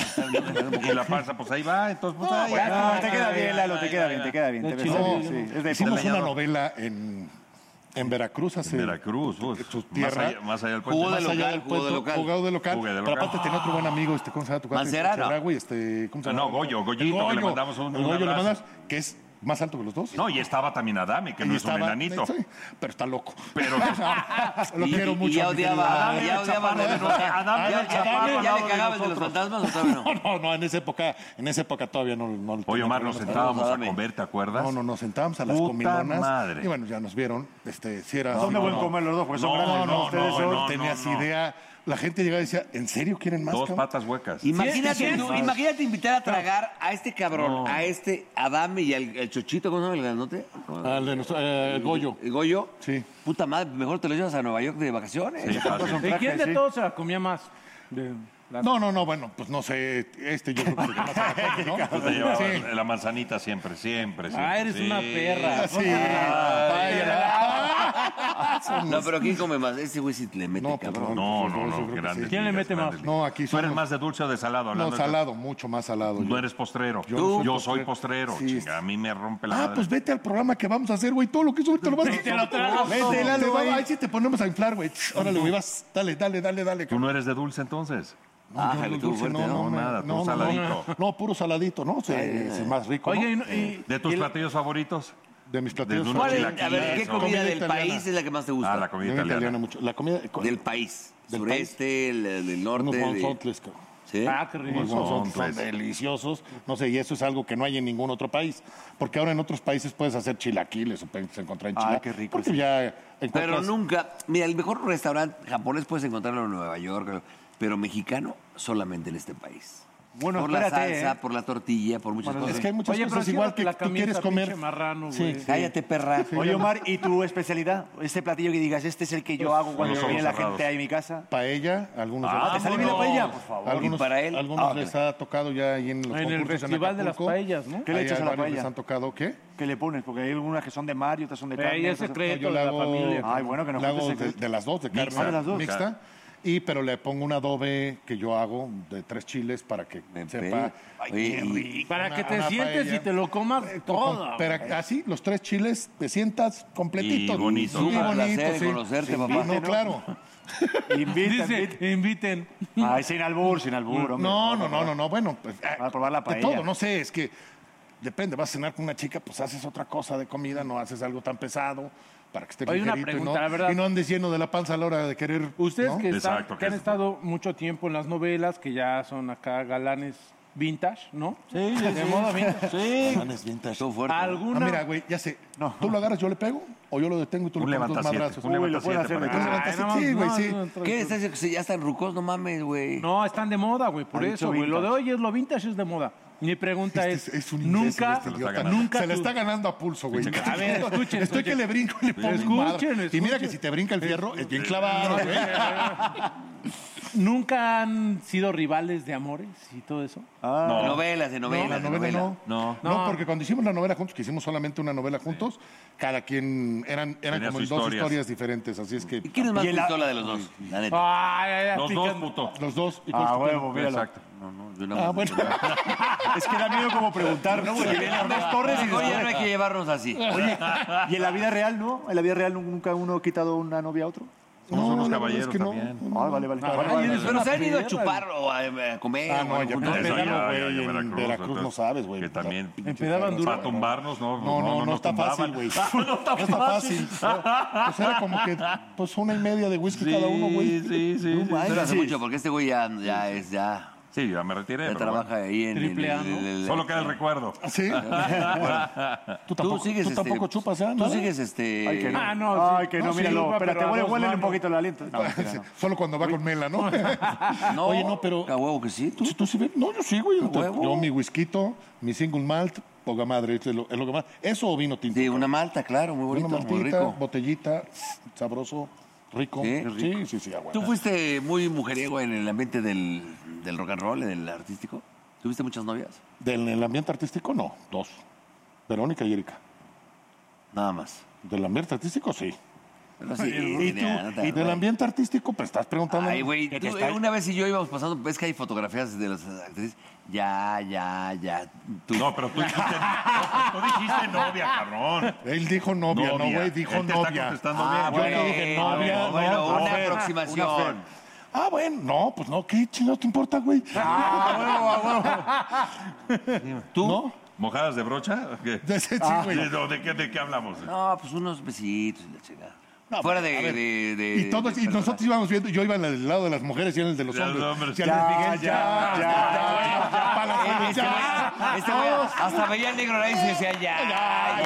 Y la pasa, pues ahí va, entonces pues, No, ahí güey, va. no, te queda bien, Lalo, te queda bien, te queda bien, te ves bien, sí, es de Hicimos Pepe una Llano. novela en, en Veracruz hace... En Veracruz, tu tierra. allá- más allá del puente. Jugó de Más local, allá del jugó de puente, local. jugado de local. Jugué de Pero local. aparte tenía otro buen amigo, este, ¿cómo se llama tu cuate? Mancera, ¿no? Chedraui, este, ¿cómo se Ah, llama? no, Goyo, Goyito, El que le mandamos un- el un Goyo le abrazo. mandas, que es ¿Más alto que los dos? No, y estaba también Adame, que Y no es un estaba- enanito. sí, pero está loco. Pero <laughs> Lo Y- quiero y mucho. ya mi querido odiaba- Adame. ya Adame odiaba a Chaparro. Rebe Norte. Adame- ya- Adame ya- ya Chaparro le hablaba cagabas de los nosotros. fantasmas, ¿o todavía no? <laughs> No, no, en esa época, en esa época todavía no. no Oye, Omar, nos sentábamos a comer. comer, ¿te acuerdas? No, no, nos sentábamos a las Puta comilonas. madre. Y bueno, ya nos vieron. Este, si era. Son de buen comer los dos, pues porque son grandes, ¿no? Ustedes son- tenías no, no. idea. La gente llegaba y decía, ¿en serio quieren más? Dos cabrón? patas huecas. Sí, Imagínate, sí, tú, sí. imagínate invitar a tragar a este cabrón, No. a este Adame y al al Chochito, ¿cómo se llama el grandote? Al de nuestro- eh, Goyo. ¿El Goyo? Sí. Puta madre, mejor te lo llevas a Nueva York de vacaciones. Sí, fácil. ¿Y quién de sí. todos se la comía más? De- la- No, no, no, bueno, pues no sé. Este yo creo <laughs> que se llama Zacateco, ¿no? Tú te llevabas Sí. la manzanita siempre, siempre, siempre. Ah, eres una perra. Sí. No, pero ¿quién come más? Ese güey sí le mete, cabrón. Pues, No, no, no, grande. ¿Quién le mete más? No, aquí ¿Tú eres somos- más de dulce o de salado? No, Hablando de- salado, mucho más salado. No eres postrero. Yo no soy Yo soy postrero. postrero. Sí. chinga, a mí me rompe la Ah, madre. pues vete al programa que vamos a hacer, güey. Todo lo que sube te lo vas a Sí, te lo tragas Vete, todo. dale, Tú va- ahí. Ahí sí te ponemos a inflar, güey. Órale, güey, vas. Dale, dale, dale, dale. ¿Tú no eres de dulce entonces? No, yo Ájale, no tú dulce, fuerte, no, me- nada, tú no, no, saladito. No, no, puro saladito, ¿no? Sí, Es el más rico. ¿no? Eh, Oye, y no- y- ¿De tus platillos favoritos? De mis platillos ¿Cuál es- a ver, ¿qué comida del país es la que más te gusta? Ah, la comida italiana. mucho. La comida Del país. Sureste, el- del norte. Unos de- guanzontles, cabrón. ¿Sí? Ah, qué rico. Unos guanzontles, Son, Guanzontles. deliciosos. No sé, y eso es algo que no hay en ningún otro país. Porque ahora en otros países puedes hacer chilaquiles o puedes encontrar Ah, chilaquiles. qué rico, Porque sí. ya Pero encuentras... nunca, mira, el mejor restaurante japonés puedes encontrarlo en Nueva York, pero mexicano solamente en este país. Bueno, por espérate, la salsa, ¿eh? por la tortilla, por muchas Bueno, cosas. es que hay muchas Oye, pero cosas sí igual no te que la tú cambies quieres a comer. pinche marrano, güey. Sí. Cállate, perra. Oye, Omar, ¿y tu especialidad? Ese platillo que digas, este es el que yo hago cuando somos viene la cerrados. gente ahí a mi casa. Paella, algunos... Ah, ¿te sale bien la Algunos- paella? Por favor. Algunos, ¿Y para él? Algunos Ah, les ha tocado ya ahí en los En el concursos Festival de las Acapulco. Paellas, ¿no? ¿Qué le Ahí echas hay a la varios paella? Les han tocado, ¿qué? ¿Qué le pones? Porque hay algunas que son de mar y otras son de carne. pues, Yo otras- yo la hago- Ay, bueno, que no la hago cuentes de, secretos. de las dos, de carne Ah, de las dos. mixta. Y pero le pongo un adobe que yo hago de tres chiles para que sepa. Oye, y- Para Una- que te una sientes paella. y te lo comas todo. Eh, Pero así, los tres chiles, te sientas completito. Y bonito. Sí, Un bonito, placer sí. conocerte, Sí, papá. No, claro. Dice, inviten. Ay, sin albur, sin albur, hombre. No, no, no, no, no. Bueno, pues. Para probar la De paella. todo, no sé, es que depende, vas a cenar con una chica, pues haces otra cosa de comida, no haces algo tan pesado para que esté Oye, una ligerito y pregunta, no- la verdad. Y no andes lleno de la panza a la hora de querer. Ustedes ¿no? que, están- que han estado mucho tiempo en las novelas, que ya son acá galanes vintage, ¿no? Sí, de moda vintage. Manes vintage. ¿eh? ¿Alguna? Ah, mira, güey, ya sé. Tú lo agarras, yo le pego, o yo lo detengo y tú Un le pegas dos levantasiete, madrazos. un Uy, lo puedo levantasiete hacer para de que- todo. Sí, güey, sí. ¿Qué? ¿Estás diciendo que si ya están rucos? No mames, güey. No, están de moda, güey, por Ha dicho eso, güey. Lo de vintage. hoy es lo vintage, es de moda. Mi pregunta es, nunca, Este idiota. nunca Se la tú- está ganando a pulso, güey. A <laughs> ver, escuchen, Estoy que escuchen. le brinco y le pongo. Escuchen, madre. Y mira escuchen. que si te brinca el fierro, es bien clavado, Sí. güey. <laughs> nunca han sido rivales de amores y todo eso. No. Novelas, de novelas, Ah. No, la de novela, novela. no. No. No, porque cuando hicimos la novela juntos, que hicimos solamente una novela juntos, cada quien eran, eran Tenía como sus dos historias. historias diferentes. Así es que. ¿Y quién es más pistola de los dos? La neta. Ah, Ah, Los dos, puto. Los dos. ¿y Ah, cuál es tu huevo, tema? míralo. Exacto. No, no, yo Ah, bueno. Es que da miedo como preguntar, ¿no? <laughs> Porque vienen las dos torres y Mejor ya después- no hay que llevarnos así. <laughs> Oye, ¿y en la vida real, no? ¿En la vida real nunca uno ha quitado una novia a otro? No, son los la verdad es caballeros que no. también. Ah, vale, vale. Ah, vale, ay, vale, eres vale. Ah, Pero se han ido a chupar o a a comer. Ah, no, ya o algo. no, Esa ya, Veracruz, ya, güey, ya, en Veracruz, Veracruz no entonces, sabes, güey. Que también. Empezaban duro. Para tumbarnos, no. Ah, No, Ah, no, no, está fácil, <laughs> güey. No, no está fácil. No, Pues era como que pues una y media de whisky cada uno, güey. Sí, sí, No sí. manches. Pero hace mucho, porque este güey ya, ya es ya. Sí, ya me retiré. Ya pero trabaja bueno. ahí en. Triple A, en- ¿no? en- en- Solo queda el recuerdo. Sí. Tú este, tampoco- tú tampoco chupas, ¿ah? ¿No? eh, este. Ay, que no. Ah, no, sí. Ay, que no, No, sí, míralo. iba, Espérate, pero a huele, dos huele un manos. poquito el aliento. <laughs> No, mentira, no. Solo cuando va con Mela, ¿no? <laughs> No, Oye, no, pero. A huevo que sí, tú. ¿Tú sí ves? No, yo sí, güey. Yo, huevo. yo mi whisky, mi single malt, poca madre, es lo, es lo que más. ¿Eso o vino tinto? Sí, una malta, claro, muy bonito, Una muy maltita, rico. botellita, sabroso, rico. Sí, sí, rico. sí, sí, ah, bueno. ¿Tú fuiste muy mujeriego en el ambiente del, del rock and roll, del artístico? ¿Tuviste muchas novias? Del el ambiente artístico, no, dos. Verónica y Erika. Nada más. Del ambiente artístico, sí. Pero sí, <laughs> y tú, nada, nada, y del güey. ambiente artístico, pues estás preguntando. Ay, güey, ¿Qué tú, te está- eh, una vez y yo íbamos pasando, ves que hay fotografías de las actrices. Ya, ya, ya. No, pero <laughs> tú dijiste, no, tú dijiste novia, cabrón. Él dijo novia, no, güey, dijo Él te está novia. contestando Ah, bien. Yo le dije bueno, novia. no, bueno, no, una Fer, aproximación. una Fer. Ah, bueno, no, Ah, Ah. <laughs> pues no, ¿qué chingados te importa, güey? Ah, huevo, a huevo. ¿Tú? ¿Mojadas de brocha? ¿O qué? <laughs> sí, Ah, güey. ¿De, de qué, de qué hablamos? No, pues unos besitos y la chingada. No, pues, Fuera a de, ver, de- de- y todos, de y personas. nosotros íbamos viendo, yo iba en el lado de las mujeres y en el de los Ya, hombres. no, hombre. Si a Luis Ya, Miguel, ya, ya, ya, ya, ya, pa' la- Eh, Este güey- este güey Todos. hasta veía el negro Araiz y decía, ya, ya,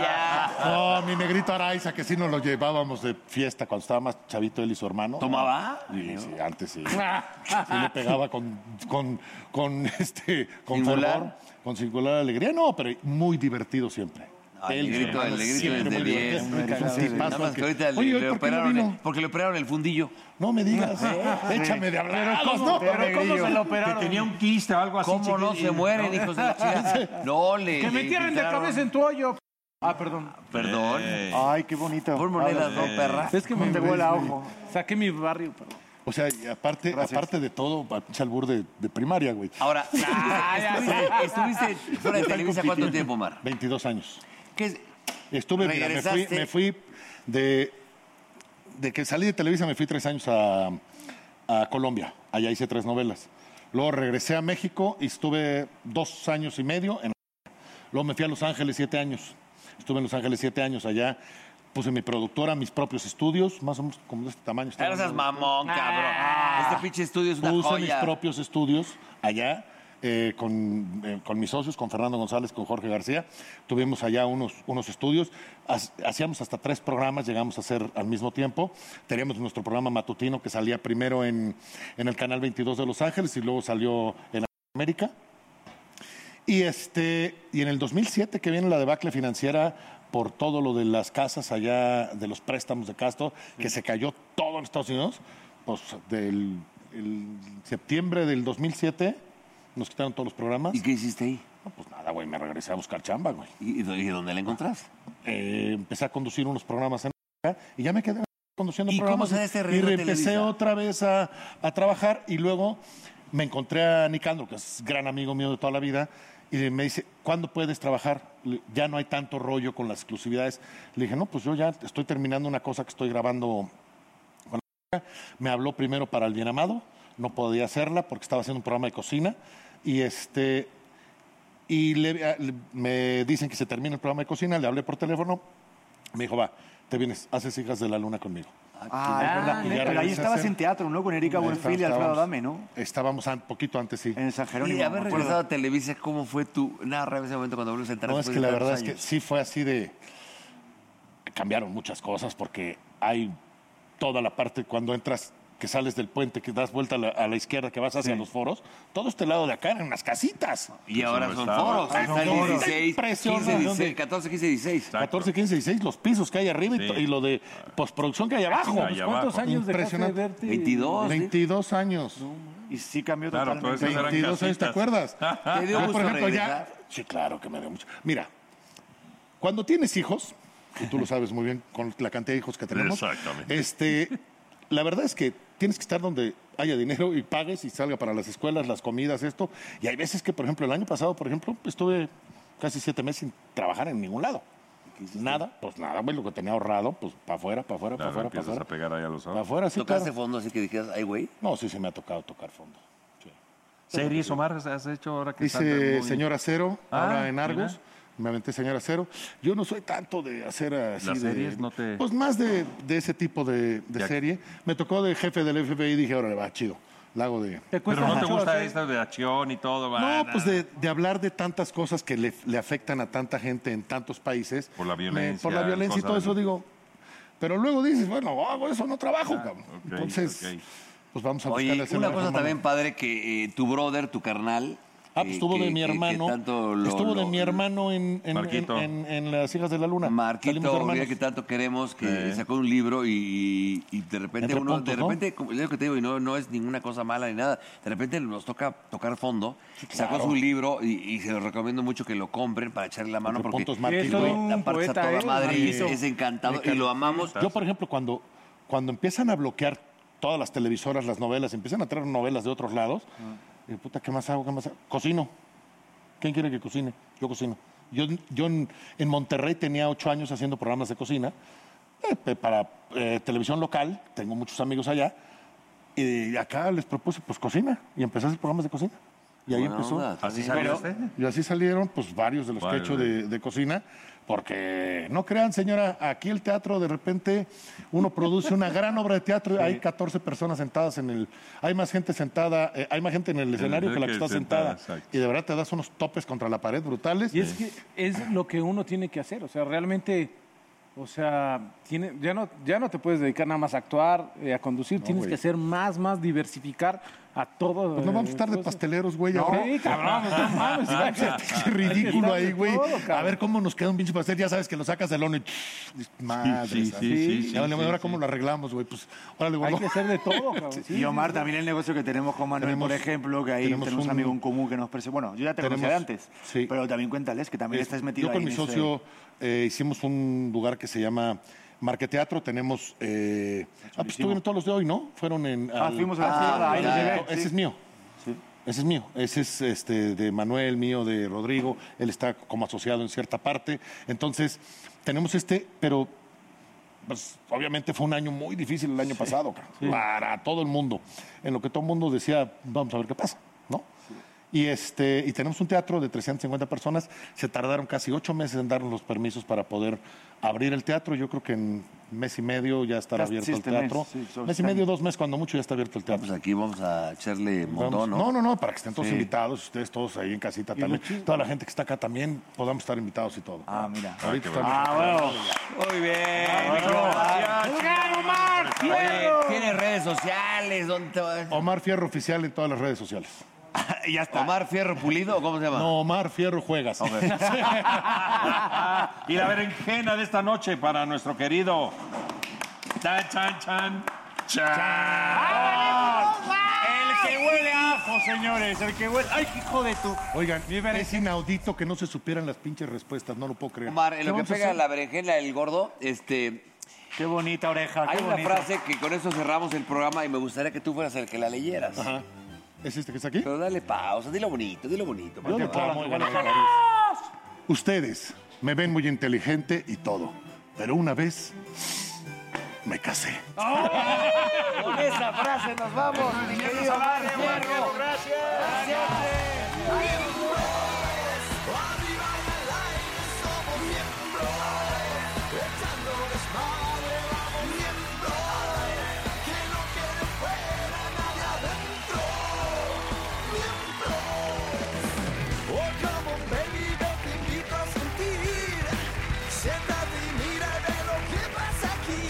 ya. No, Oh, mi negrito Araiza, que sí nos lo llevábamos de fiesta cuando estaba más chavito él y su hermano. ¿Tomaba? Sí, sí, antes <laughs> sí. Sí le pegaba con, con, con, este, con ¿Singular? fervor, con singular alegría. No, pero muy divertido siempre. Ay, Él y el su grito, hermano el grito siempre desde muy 10. divertido. Es un tipazo Nada más al que que- ahorita le, Oye, le ¿hoy por qué no operaron, vino? el- porque le operaron el fundillo. Ah, No me digas. Sí. <laughs> Échame de hablar. Pero ¿cómo- pero cómo se lo operaron? Que tenía un quiste o algo así. ¿Cómo no chiquitín, se mueren, ¿no? hijos de <laughs> <laughs> la chingada? No, le. Que me le entierren de quitaron- cabeza en tu hoyo. Ah, perdón. Perdón. Ay, qué bonito. Por monedas, no, perra. Es que me Te huele a ojo. Saqué mi barrio, perdón. O sea, y aparte, aparte de todo, pa- albur de, de primaria, güey. <laughs> Ahora, Ah, <laughs> estuviste, estuviste <laughs> fuera de Estar Televisa compitiendo. cuánto tiempo, Mar? 22 años. ¿Qué es? Estuve, mira, me fui, ¿Regresaste? me fui de, de que salí de Televisa, me fui tres años a, a Colombia. Allá hice tres novelas. Luego regresé a México y estuve dos años y medio. En... Luego me fui a Los Ángeles siete años. Estuve en Los Ángeles siete años allá. Puse mi productora, mis propios estudios, más o menos como de este tamaño. Ah, no seas mamón, cabrón. Ah. Este pinche estudio es una Puse Ah. mis joya. propios estudios allá eh, con, eh, con mis socios, con Fernando González, con Jorge García. Tuvimos allá unos, unos estudios. Has- hacíamos hasta tres programas, llegamos a hacer al mismo tiempo. Teníamos nuestro programa matutino que salía primero en, en el Canal 22 de Los Ángeles y luego salió en América. Y, este, y en el 2007 que viene la debacle financiera por todo lo de las casas allá, de los préstamos de Castro, que se cayó todo en Estados Unidos, pues del el septiembre del 2007 nos quitaron todos los programas. ¿Y qué hiciste ahí? No, pues nada, güey, me regresé a buscar chamba, güey. Eh, ¿Y, y dónde la encontrás? empecé a conducir unos programas en y ya me quedé conduciendo ¿Y cómo programas. se da este y río de reempecé Televisa? otra vez a, a trabajar y luego me encontré a Nicandro, que es gran amigo mío de toda la vida, y me dice, ¿cuándo puedes trabajar? Le- Ya no hay tanto rollo con las exclusividades. Le dije, no, pues yo ya estoy terminando una cosa que estoy grabando con la Me habló primero para El Bien Amado, no podía hacerla porque estaba haciendo un programa de cocina y este... Y le- a- le- me dicen que se termina el programa de cocina, le hablé por teléfono, me dijo, va, te vienes, haces hijas de la luna conmigo. Ah, es Y verdad. ya Pero ahí regresé a estabas hacer- en teatro, ¿no? Con Erika Ahí Buenfil y estábamos- Alfredo Adame, ¿no? Estábamos un poquito antes, sí. En San Y haber regresado a Televisa, ¿cómo fue tu narra ese momento cuando volvimos a entrar? No, es después que de la tantos verdad es que años? sí fue así de... Cambiaron muchas cosas porque hay toda la parte cuando entras, que sales del puente, que das vuelta a la, a la izquierda, que vas hacia los foros, todo este lado de acá eran unas casitas. Y ahora son foros. Ahora Está son foros. 16, 15, Impresionante. 16, 14, 15, 16. 14, 15, 16, los pisos que hay arriba y to- y lo de postproducción pues, que hay abajo. Ahí ¿Cuántos abajo. años dejaste de verte? 22. 22 años. ¿eh? Y sí cambió Claro, totalmente. todas esas eran 22 años, <laughs> ¿te casitas. <laughs> acuerdas? ¿Te dio Yo, gusto por ejemplo, ya. regresar? Sí, claro que me dio mucho. Mira, cuando tienes hijos, y tú lo sabes muy bien con la cantidad de hijos que tenemos. Exactamente. Este, la verdad es que tienes que estar donde haya dinero y pagues y salga para las escuelas, las comidas, esto. Y hay veces que, por ejemplo, el año pasado, por ejemplo, estuve casi siete meses sin trabajar en ningún lado. Nada, pues nada, güey, lo que tenía ahorrado, pues para afuera, para afuera, para Claro, afuera, para empiezas a afuera. pegar ahí a los Para afuera, sí, ¿Tocaste claro. fondo así que dijeras, ay, güey? No, sí, se me ha tocado tocar fondo. ¿Series, Omar, has hecho ahora que estás Hice muy- Señor Acero, Ah, ahora en Argos. mira. Me aventé Señor Acero. Yo no soy tanto de hacer así Las de- series no te- Pues más de, de ese tipo de, de Ya. serie. Me tocó de jefe del FBI y dije, ahora va, chido. La hago de... Pues Pero no te Ah, gusta esta de acción y todo, va. No, nada. pues de, de hablar de tantas cosas que le, le afectan a tanta gente en tantos países. Por la Me- violencia. por la violencia y todo cosas- eso, digo... Pero luego dices, bueno, hago eso, no trabajo, cabrón. ok, Entonces, ok. pues vamos a buscarle Oye, hacer la una mejor cosa manera. también padre que eh, tu brother, tu carnal. eh, Ah, pues estuvo de mi hermano. estuvo de mi hermano en, en- Marquito. en- en- en Las Hijas de la Luna. Salimos Marquito, hermanos. mira que tanto queremos, que Sí. sacó un libro y, y de repente Entre uno, de puntos, ¿no? repente, como es lo que te digo, y no, no es ninguna cosa mala ni nada, de repente nos toca tocar fondo, sacó claro. su libro y, y se lo recomiendo mucho que lo compren para echarle la mano Entre porque puntos, Marquito. güey, Es un aparte está poeta, toda ¿eh? madre y es, Marquito. es encantado Me y lo encanta. amamos. Yo, por ejemplo, cuando, cuando empiezan a bloquear todas las televisoras, las novelas, empiezan a traer novelas de otros lados, digo, puta, ¿qué más hago? ¿Qué más hago? Cocino. ¿Quién quiere que cocine? Yo cocino. Yo, yo en, en Monterrey tenía ocho años haciendo programas de cocina eh, pe- para eh, televisión local, tengo muchos amigos allá, y acá les propuse, pues cocina, y empecé a hacer programas de cocina. Y ahí Buena empezó. onda, ¿Así salió Pero- usted? Y así salieron, pues, varios de los Vale, que he hecho vale. de, de cocina. Porque no crean, señora, aquí el teatro de repente uno produce una gran obra de teatro y hay 14 personas sentadas en el. Hay más gente sentada, eh, hay más gente en el escenario que la que está sentada. Y de verdad te das unos topes contra la pared brutales. Y es que es lo que uno tiene que hacer, o sea, realmente, o sea, tiene, ya, no, ya no te puedes dedicar nada más a actuar, eh, a conducir, tienes güey. que hacer más, más, diversificar a todo. Pues no vamos a eh, estar de cosas. pasteleros, güey. No, ahora. sí, cabrón, no mames, <laughs> Ah, Qué ridículo ahí, güey. Todo, cabrón. A ver cómo nos queda un pinche pastel. Ya sabes que lo sacas del horno y... Madre. sí, sí, sí, sí, ahora sí, cómo lo arreglamos, güey. Pues órale, güey. Hay que hacer de todo, <laughs> y Omar, también el negocio que tenemos con Manuel, Tenemos- por ejemplo, que ahí tenemos tenemos, un- un amigo en común que nos presentó. Bueno, yo ya te conocía de Tenemos- antes, pero también cuéntales que también estás metido Yo ahí con en mi ese- socio eh, hicimos un lugar que se llama Marqueteatro. Tenemos... eh, ah, pues estuvieron todos los de hoy, ¿no? Fueron en... Ah, fuimos a la al- fiesta, ahí los llevé, no, Ese sí. es mío. Ese es mío, ese es este, de Manuel, mío, de Rodrigo, él está como asociado en cierta parte. Entonces, tenemos este, pero pues, obviamente fue un año muy difícil el año pasado, cabrón, para todo el mundo, en lo que todo el mundo decía, vamos a ver qué pasa, ¿no? Y, este, y tenemos un teatro de 350 personas, se tardaron casi ocho meses en darnos los permisos para poder abrir el teatro, yo creo que en mes y medio ya estará Casi abierto el este mes, teatro, sí, sobre mes este y medio, año. dos meses, cuando mucho ya está abierto el teatro. Pues aquí vamos a echarle Vamos. montón, ¿no? No, no, no, para que estén todos Sí. invitados, ustedes todos ahí en casita también. Toda la gente que está acá también, podamos estar invitados y todo. Ah, mira. Ahorita estamos- Ah, Ah, Muy bien. Tiene redes sociales, ¿dónde te vas? Omar Fierro Oficial en todas las redes sociales. <laughs> ya está. Omar Fierro Pulido, ¿o ¿cómo se llama? No, Omar Fierro Juegas. Y la berenjena de esta noche para nuestro querido. Chan, chan, chan. El que huele a ajo, señores. El que huele. ¡Ay, hijo de tu! Oigan, es inaudito que no se supieran las pinches respuestas, no lo puedo creer. Omar, en lo ¿Qué que vamos a pega hacer? la berenjena el gordo, este. Qué bonita oreja. Hay qué una bonita. frase que con eso cerramos el programa y me gustaría que tú fueras el que la leyeras. ¿Es este que está aquí? Pero dale pausa, dilo bonito, dilo bonito. Yo le puedo muy ganar, París. Ustedes me ven muy inteligente y todo, pero una vez me casé. <laughs> Con esa frase nos vamos, mi querido Omar Fierro. Oh, come on, baby, yo te invito a sentir. Siéntate y mira y ve lo que pasa aquí.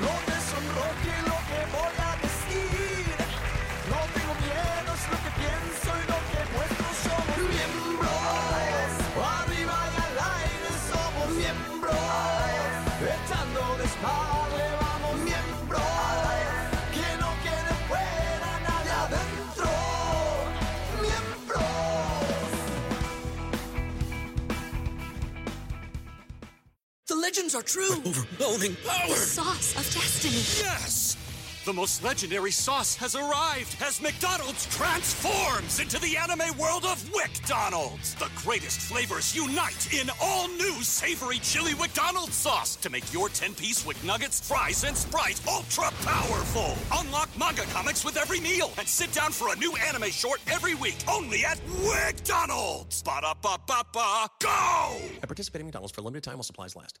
No te sonroje lo que voy a decir. No tengo miedo, es lo que pienso y lo que muestro. Somos miembros. Arriba y al aire somos miembros. Echando desmadre vamos miembros. Que no quede fuera nadie adentro. Miembros. The legends are true. Overwhelming power. sauce of destiny. Yes. The most legendary sauce has arrived as McDonald's transforms into the anime world of WickDonald's. The greatest flavors unite in all new savory chili McDonald's sauce to make your 10-piece Wick Nuggets, fries, and Sprite ultra-powerful. Unlock manga comics with every meal and sit down for a new anime short every week only at WickDonald's. Ba-da-ba-ba-ba, go! At participating McDonald's for a limited time while supplies last.